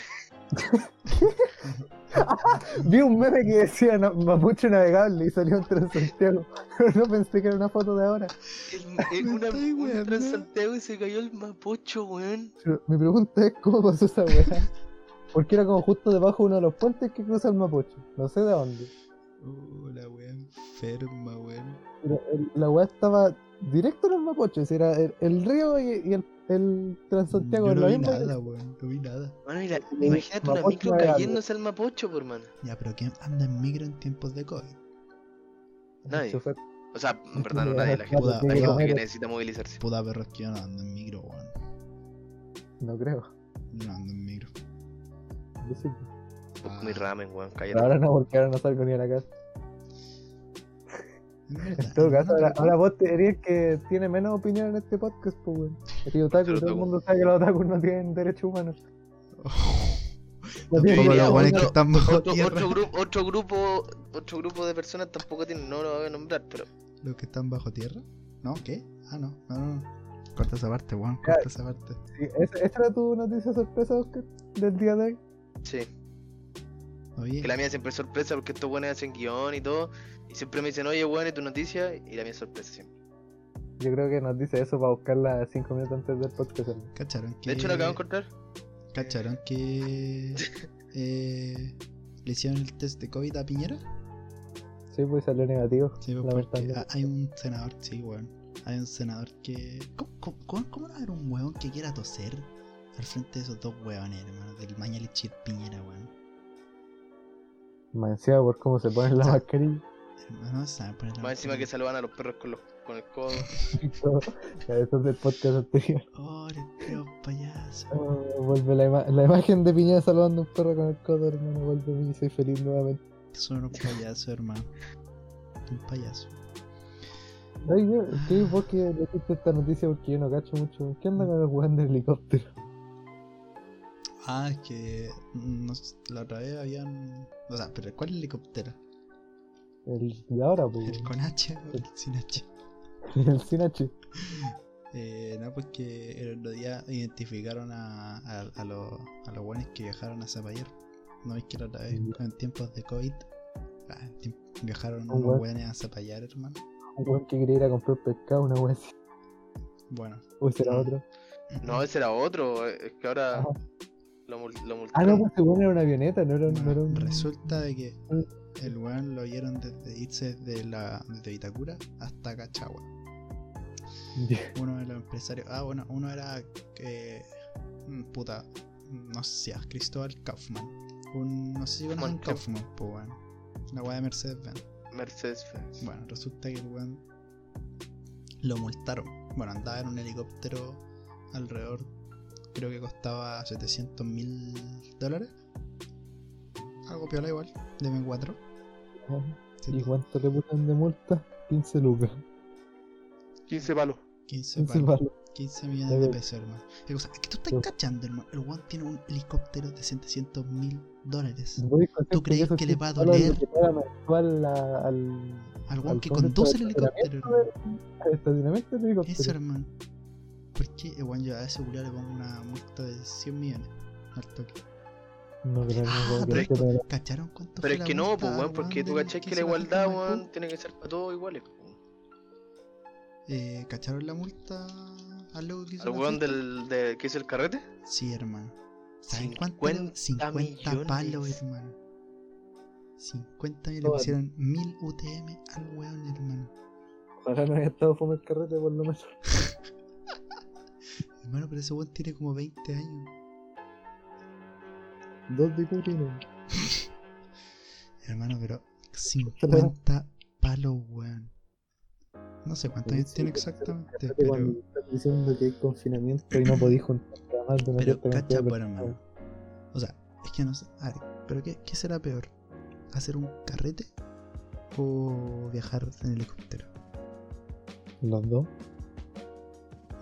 S2: Vi un meme que decía na- Mapuche navegable y salió un Transantiago. Pero no pensé que era una foto de ahora.
S4: El- el-
S3: Me
S4: una,
S3: estoy
S4: un
S3: weando.
S4: Transantiago y se cayó el Mapocho, güey.
S2: Pero mi pregunta es: ¿cómo pasó esa weá? Porque era como justo debajo de uno de los puentes que cruza el Mapuche. No sé de dónde.
S3: Uh, la wea enferma, weón.
S2: Pero el- la weá estaba directo en el Mapocho, si era el, el río y, y el, el Transantiago
S3: Yo
S2: en
S3: no
S2: la
S3: vi
S2: misma-
S3: nada, weón. No vi nada.
S4: Bueno, mira,
S2: El
S4: imagínate una
S2: Mapocho
S4: micro
S2: navegable.
S4: cayéndose al Mapocho, por mano.
S3: Ya, pero ¿quién anda en micro en tiempos de COVID?
S4: Nadie.
S2: Chofer.
S4: O sea, en verdad no nadie, la gente,
S3: Puta,
S2: tiene
S4: la gente
S2: que
S4: que
S2: comer,
S4: necesita movilizarse.
S3: Puta perro, es que yo no ando en micro, weón.
S2: No creo.
S3: Yo no ando en micro.
S2: Yo sí.
S4: Busco mi
S3: Ah.
S4: ramen, weón,
S2: Pero
S4: cállate.
S2: ahora no, porque ahora no salgo ni a la casa.
S3: En verdad,
S2: En todo caso,
S3: hermano,
S2: ahora, ahora vos te- eres el que tiene menos opinión en este podcast, pues, weón. Eres otaku,
S4: Pero
S2: todo el
S4: otaku.
S2: mundo sabe que los otakus no tienen derechos humanos. No
S3: tampoco
S2: tienen
S4: diría,
S2: derechos
S3: los weones que
S2: humanos.
S3: están bajo
S4: Otro,
S3: tierra.
S4: otro grupo, otro grupo, otro grupo de personas tampoco tienen, no lo voy a nombrar, pero
S3: ¿Los que están bajo tierra? ¿No? ¿Qué? Ah, no. No, no, no. Corta esa parte, weón. Corta esa parte.
S2: Sí, ¿esa, esa era tu noticia sorpresa, Oscar, del día de hoy?
S4: sí.
S3: Oye,
S4: Que la mía siempre es sorpresa porque estos weones hacen guión y todo. Y siempre me dicen, oye, weón, ¿y tu noticia? Y la mía es sorpresa siempre.
S2: Yo creo que nos dice eso para buscarla cinco minutos antes del podcast. hermano.
S3: cacharon que.
S4: De hecho, la acabo de encontrar.
S3: Cacharon que. eh, Le hicieron el test de COVID a Piñera.
S2: Sí, pues salió negativo.
S3: Sí, pues, porque
S2: lamentablemente.
S3: ha- hay un senador, sí, weón. Hay un senador que. ¿Cómo, cómo, cómo, cómo no va a haber un weón que quiera toser al frente de esos dos weones, hermano? Del Mañalich y el Piñera, weón.
S2: Manciado por cómo se pone la mascarilla.
S3: Hermano, saben poner la
S4: Más encima que
S3: mascarilla.
S4: saludan a los perros con, los, con el codo.
S2: y todo. Eso es del podcast anterior.
S3: Oh, eres tío payaso.
S2: Oh, vuelve la, ima- la imagen de Piñera saludando a un perro con el codo, hermano. Vuelve y soy feliz nuevamente.
S3: Son unos payasos, hermano. Un payaso.
S2: Ay, yo, ¿qué vos que le hiciste esta noticia? Porque yo no cacho mucho. ¿Qué anda con el weón del helicóptero?
S3: Ah, es que. mm, No, sé, la otra vez habían. O sea, pero ¿cuál helicóptero?
S2: El de ahora, pues.
S3: ¿El con H o el sin H?
S2: El sin H.
S3: Eh, no, pues que el otro día identificaron a, a, a los, a los buenos que viajaron a Zapallar. No es que la otra vez, en tiempos de COVID, ah, en tiemp- viajaron
S2: Un
S3: unos
S2: weón.
S3: buenos a Zapallar, hermano.
S2: Un weón que quería ir a comprar pescado, una wea así.
S3: Bueno,
S2: Uy, será otro.
S4: No, ese era otro. Es que ahora
S3: Ah,
S2: Ajá.
S4: lo, mul- lo
S2: Ah, no,
S4: multaron.
S2: pues según era una avioneta, no era un. No era un...
S3: resulta de que
S2: Mm.
S3: el weón lo vieron desde irse de la desde Vitacura hasta Cachagua. Uno de los empresarios. Ah, bueno, uno era. eh, mm, puta. No sé, ah, Cristóbal Kaufman. Un, no sé si conocen
S4: Kaufman,
S3: Kaufman, pues weón. La weá de Mercedes-Benz.
S4: Mercedes Benz.
S3: pues. Bueno, resulta que el weón lo multaron. Bueno, andaba en un helicóptero alrededor, creo que costaba 700 mil dólares. Algo piola igual, de M4.
S2: ¿Y cuánto le pusieron de multa? 15 lucas.
S4: 15 palos.
S3: 15,
S2: 15
S3: palos,
S2: palos.
S3: 15 millones de
S2: Ya,
S3: pesos, hermano. La cosa es que tú estás
S2: Ya.
S3: cachando, hermano. El weón tiene un helicóptero de 700 mil
S2: Mm.
S3: dólares.
S2: ¿Tú
S3: crees que le va a doler?
S2: Al, al,
S3: Al weón
S2: al
S3: que
S2: fondo
S3: conduce
S2: del
S3: el helicóptero, hermano.
S2: estacionamiento del- estacionamiento del helicóptero.
S3: Eso, hermano. ¿Por qué, eh, weón, yo a ese culiao le pongo una multa de 100 millones al toque?
S2: No creo
S3: Ah,
S2: no
S3: pero
S2: creo
S3: es
S2: que
S3: que-
S2: tenga-
S3: ¿Cacharon
S4: Pero
S3: cuánto fue
S4: es
S3: la
S4: que no,
S3: multa,
S4: pues, weón,
S3: weón,
S4: porque tú
S3: del
S4: cachás que la
S3: hizo
S4: igualdad,
S3: Fatima Macul?
S4: weón, tiene que ser para todos iguales. po.
S3: Eh, ¿Cacharon la multa al loco que hizo
S4: Al
S3: la
S4: weón
S3: fiesta?
S4: del, del que hizo el carrete,
S3: Sí, hermano. ¿Saben cuánto?
S4: 50
S3: era? 50 palos,
S4: millones.
S3: hermano. 50 mil le
S2: Todo.
S3: pusieron 1000 UTM al weón, hermano.
S2: Ojalá no haya estado fome el carrete por lo menos.
S3: Hermano, pero ese weón tiene como 20 años.
S2: Dos de cubrino.
S3: Hermano, pero 50 palos, weón. No sé cuántos años
S2: Sí,
S3: tiene
S2: pero-
S3: exactamente,
S2: Fíjate
S3: pero.
S2: cuando estás diciendo que hay confinamiento y no podís juntar más de una
S3: Pero
S2: cierta
S3: cacha,
S2: cantidad de
S3: bueno,
S2: personas.
S3: hermano. O sea, es que no sé. A ver, ¿pero qué, qué será peor? ¿Hacer un carrete o viajar en helicóptero?
S2: Los dos.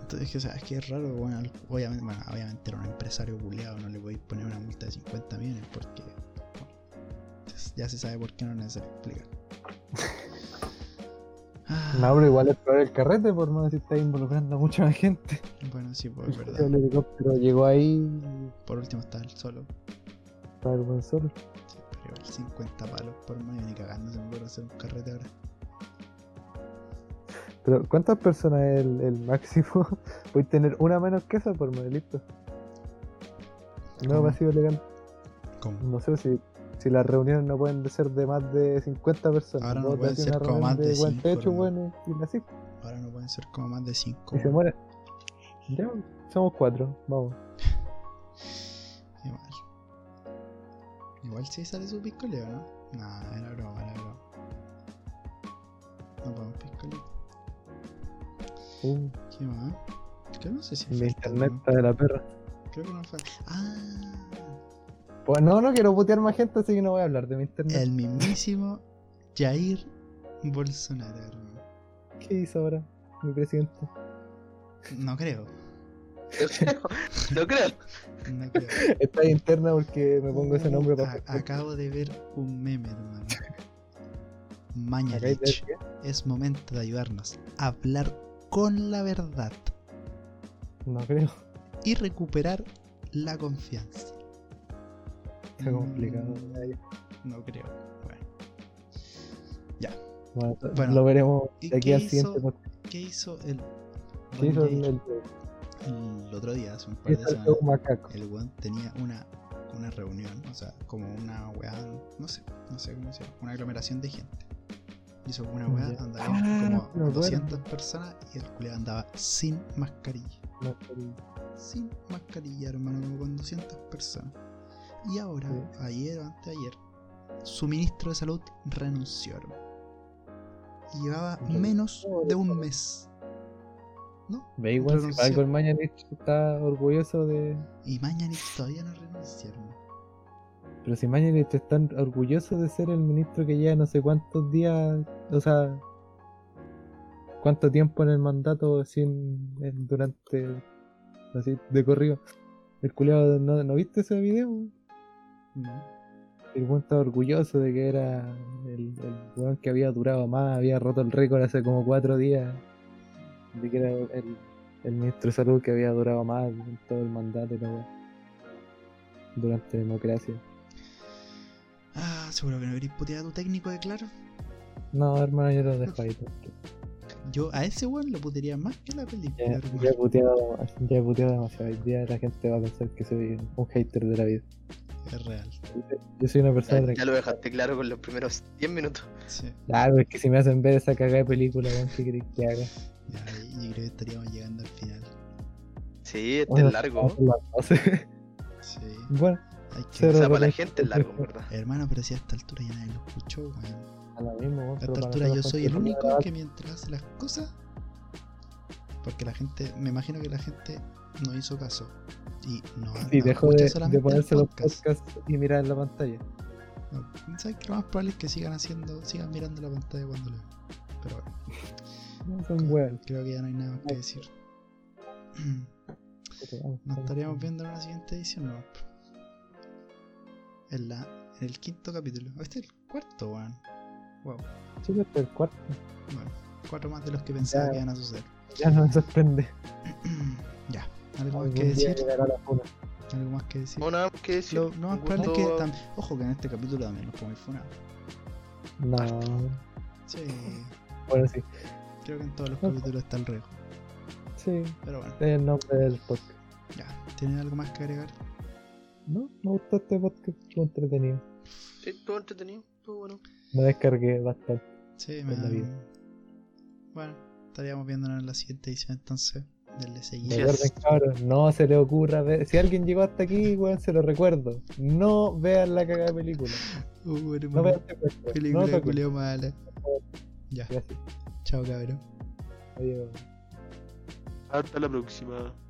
S3: Entonces, es que, o sea, es que es raro. Bueno, al- obviamente, bueno, obviamente era un empresario culeado, no le podéis poner una multa de 50 millones porque. bueno, es- ya se sabe por qué no es necesario explicar. Ah,
S2: No, pero igual es probar el carrete por no decir está involucrando a mucha más gente.
S3: Bueno, sí, pues es
S2: El
S3: verdad.
S2: Este helicóptero llegó ahí y
S3: Por último está el solo.
S2: estaba el buen solo.
S3: Sí, Pero igual 50 palos por medio ni cagando se me ocurre hacer un carrete ahora.
S2: Pero ¿cuántas personas es el, el máximo? Puedes tener una menos que esa por modelito. No,
S3: ¿Cómo?
S2: pasivo legal.
S3: ¿Cómo?
S2: No sé si, si las reuniones no pueden ser de más de 50 personas.
S3: Ahora no
S2: Vos te
S3: pueden
S2: haces
S3: ser
S2: una
S3: como
S2: reunión
S3: más de
S2: cuarenta y ocho
S3: cinco, hermano.
S2: buenos y así.
S3: Ahora no pueden ser como más de 5.
S2: Y se muere. Ya, somos cuatro, vamos.
S3: Igual. Igual sí sale su piscoleo, ¿no? Nah, era broma, era broma. No podemos piscoleo.
S2: Uh,
S3: ¿Qué más? Creo no sé si
S2: mi
S3: falta
S2: internet
S3: algo.
S2: está de la perra.
S3: Creo que no falta. Ah,
S2: Pues no, no quiero putear más gente, así que no voy a hablar de mi internet.
S3: el mismísimo Jair Bolsonaro, hermano.
S2: ¿Qué hizo ahora mi presidente?
S3: No creo,
S4: No creo.
S3: no creo.
S2: Está ahí interna porque me pongo ese nombre para...
S3: A- acabo de ver un meme, hermano.
S2: Acá hay
S3: Mañalich.
S2: de-
S3: Es momento de ayudarnos a hablar con la verdad.
S2: No creo.
S3: y recuperar la confianza.
S2: Está complicado.
S3: Mm, No creo. Bueno.
S2: Bueno,
S3: Bueno,
S2: lo veremos
S3: ¿y
S2: de aquí
S3: qué
S2: al
S3: hizo?
S2: siguiente. podcast.
S3: ¿Qué hizo el,
S2: ¿Qué hizo
S3: Don
S2: el,
S3: Jay
S2: el,
S3: el otro día, hace un par
S2: qué
S3: de
S2: hizo el
S3: semanas?
S2: show macaco?
S3: El weón tenía una, una reunión, o sea, como una weá, no sé, no sé cómo se llama, una aglomeración de gente. Hizo como una weá
S2: Ya.
S3: donde
S2: Ah,
S3: había
S2: me
S3: como
S2: acuerdo.
S3: 200 personas y el culiao andaba sin mascarilla.
S2: Mascarilla.
S3: sin mascarilla, hermano, como con 200 personas. Y ahora,
S2: Sí.
S3: ayer o anteayer, su ministro de salud renunció. hermano. Y Llevaba
S2: Ya.
S3: menos de
S2: Pobre
S3: un
S2: cabrón.
S3: mes. ¿No?
S2: Ve igual si
S3: Renunció.
S2: Michael Mañanich está orgulloso de...
S3: Y Mañanich todavía no renunció, hermano.
S2: Pero si Mañanich está orgulloso de ser el ministro que lleva no sé cuántos días, o sea, cuánto tiempo en el mandato sin en- durante, así, de corrido. El culiao, ¿no, ¿no viste ese video?
S3: No.
S2: El weón estaba orgulloso de que era el, el weón que había durado más, había roto el récord hace como cuatro días. De que era el, el ministro de salud que había durado más en todo el mandato y la weá. Durante democracia.
S3: Ah, seguro que no queréis putear a tu técnico de claro.
S2: No, hermano, yo lo dejo ahí. porque
S3: Yo a ese weón lo putería más que la película.
S2: Ya,
S3: hermano.
S2: ya pues. he puteado, ya he puteado demasiado. Hoy día la gente va a pensar que soy un hater de la vida.
S3: Es real.
S2: Yo soy una persona
S4: Ya, ya
S2: tranquila.
S4: lo dejaste claro con los primeros 10 minutos.
S3: Sí.
S2: Claro, es que si me hacen ver esa cagada de película, weón, ¿qué queréis que haga?
S3: Ya, y yo creo que estaríamos llegando al final.
S4: Sí, este
S2: Bueno,
S4: es largo.
S2: vamos a las 12.
S3: Sí.
S2: bueno,
S3: Hay que
S4: O
S2: Cero.
S4: sea, para la gente es largo, en verdad.
S3: Hermano, pero si a esta altura ya nadie lo escuchó, weón.
S2: a la misma, weón,
S3: A
S2: pero
S3: esta
S2: para
S3: altura yo
S2: nosotros
S3: soy el
S2: continúa
S3: único
S2: grabando.
S3: que mientras hace las cosas. Porque la gente, me imagino que la gente no hizo caso. Y no,
S2: Y
S3: no
S2: dejo
S3: escucha
S2: de,
S3: solamente
S2: de
S3: el
S2: ponerse los
S3: podcast.
S2: podcasts y mirar la pantalla.
S3: No, ¿Sabes que Lo más probable es que sigan haciendo, sigan mirando la pantalla cuando lo ven. Pero bueno,
S2: No son weón.
S3: creo que ya no hay nada más que decir. Nos estaríamos viendo en una siguiente edición, ¿no? En, la, en el quinto capítulo. Este es el cuarto, weón. Wow.
S2: Chicos, este es el cuarto.
S3: Bueno, cuatro más de los que pensaba
S2: Ya.
S3: que iban a suceder.
S2: Ya no me sorprende.
S3: ya, algo más
S2: Algún
S3: que
S2: día
S3: decir.
S2: llegará la funa.
S3: Algo más que decir.
S4: No, nada más que decir.
S3: Lo, lo más
S4: Un
S3: probable es que.
S4: gusto.
S3: tam- Ojo que en este capítulo también nos podemos ir funados.
S2: No.
S3: Sí,
S2: Bueno, sí.
S3: creo que en todos los
S2: Ojo.
S3: capítulos está el riesgo.
S2: Sí,
S3: Pero bueno,
S2: es el nombre del podcast.
S3: ya. ¿Tienen algo más que agregar?
S2: No, me gustó este podcast, estuvo entretenido.
S4: Sí, estuvo entretenido, estuvo bueno.
S2: Me descargué bastante.
S3: Sí, me
S2: Pues la vida.
S3: Bueno, estaríamos viéndonos en la siguiente edición entonces. Denle seguir.
S4: Ya.
S2: Recuerden, cabros, no se le ocurra ver. Si alguien llegó hasta aquí, weón, se lo recuerdo. No vean la cagada de película.
S3: Uh,
S2: No
S3: hermano,
S2: vean este podcast.
S3: película
S2: No
S3: de
S2: toquen.
S3: culeo mala. Ya,
S2: Gracias.
S3: chao cabrón.
S2: Adiós.
S4: Hasta la próxima.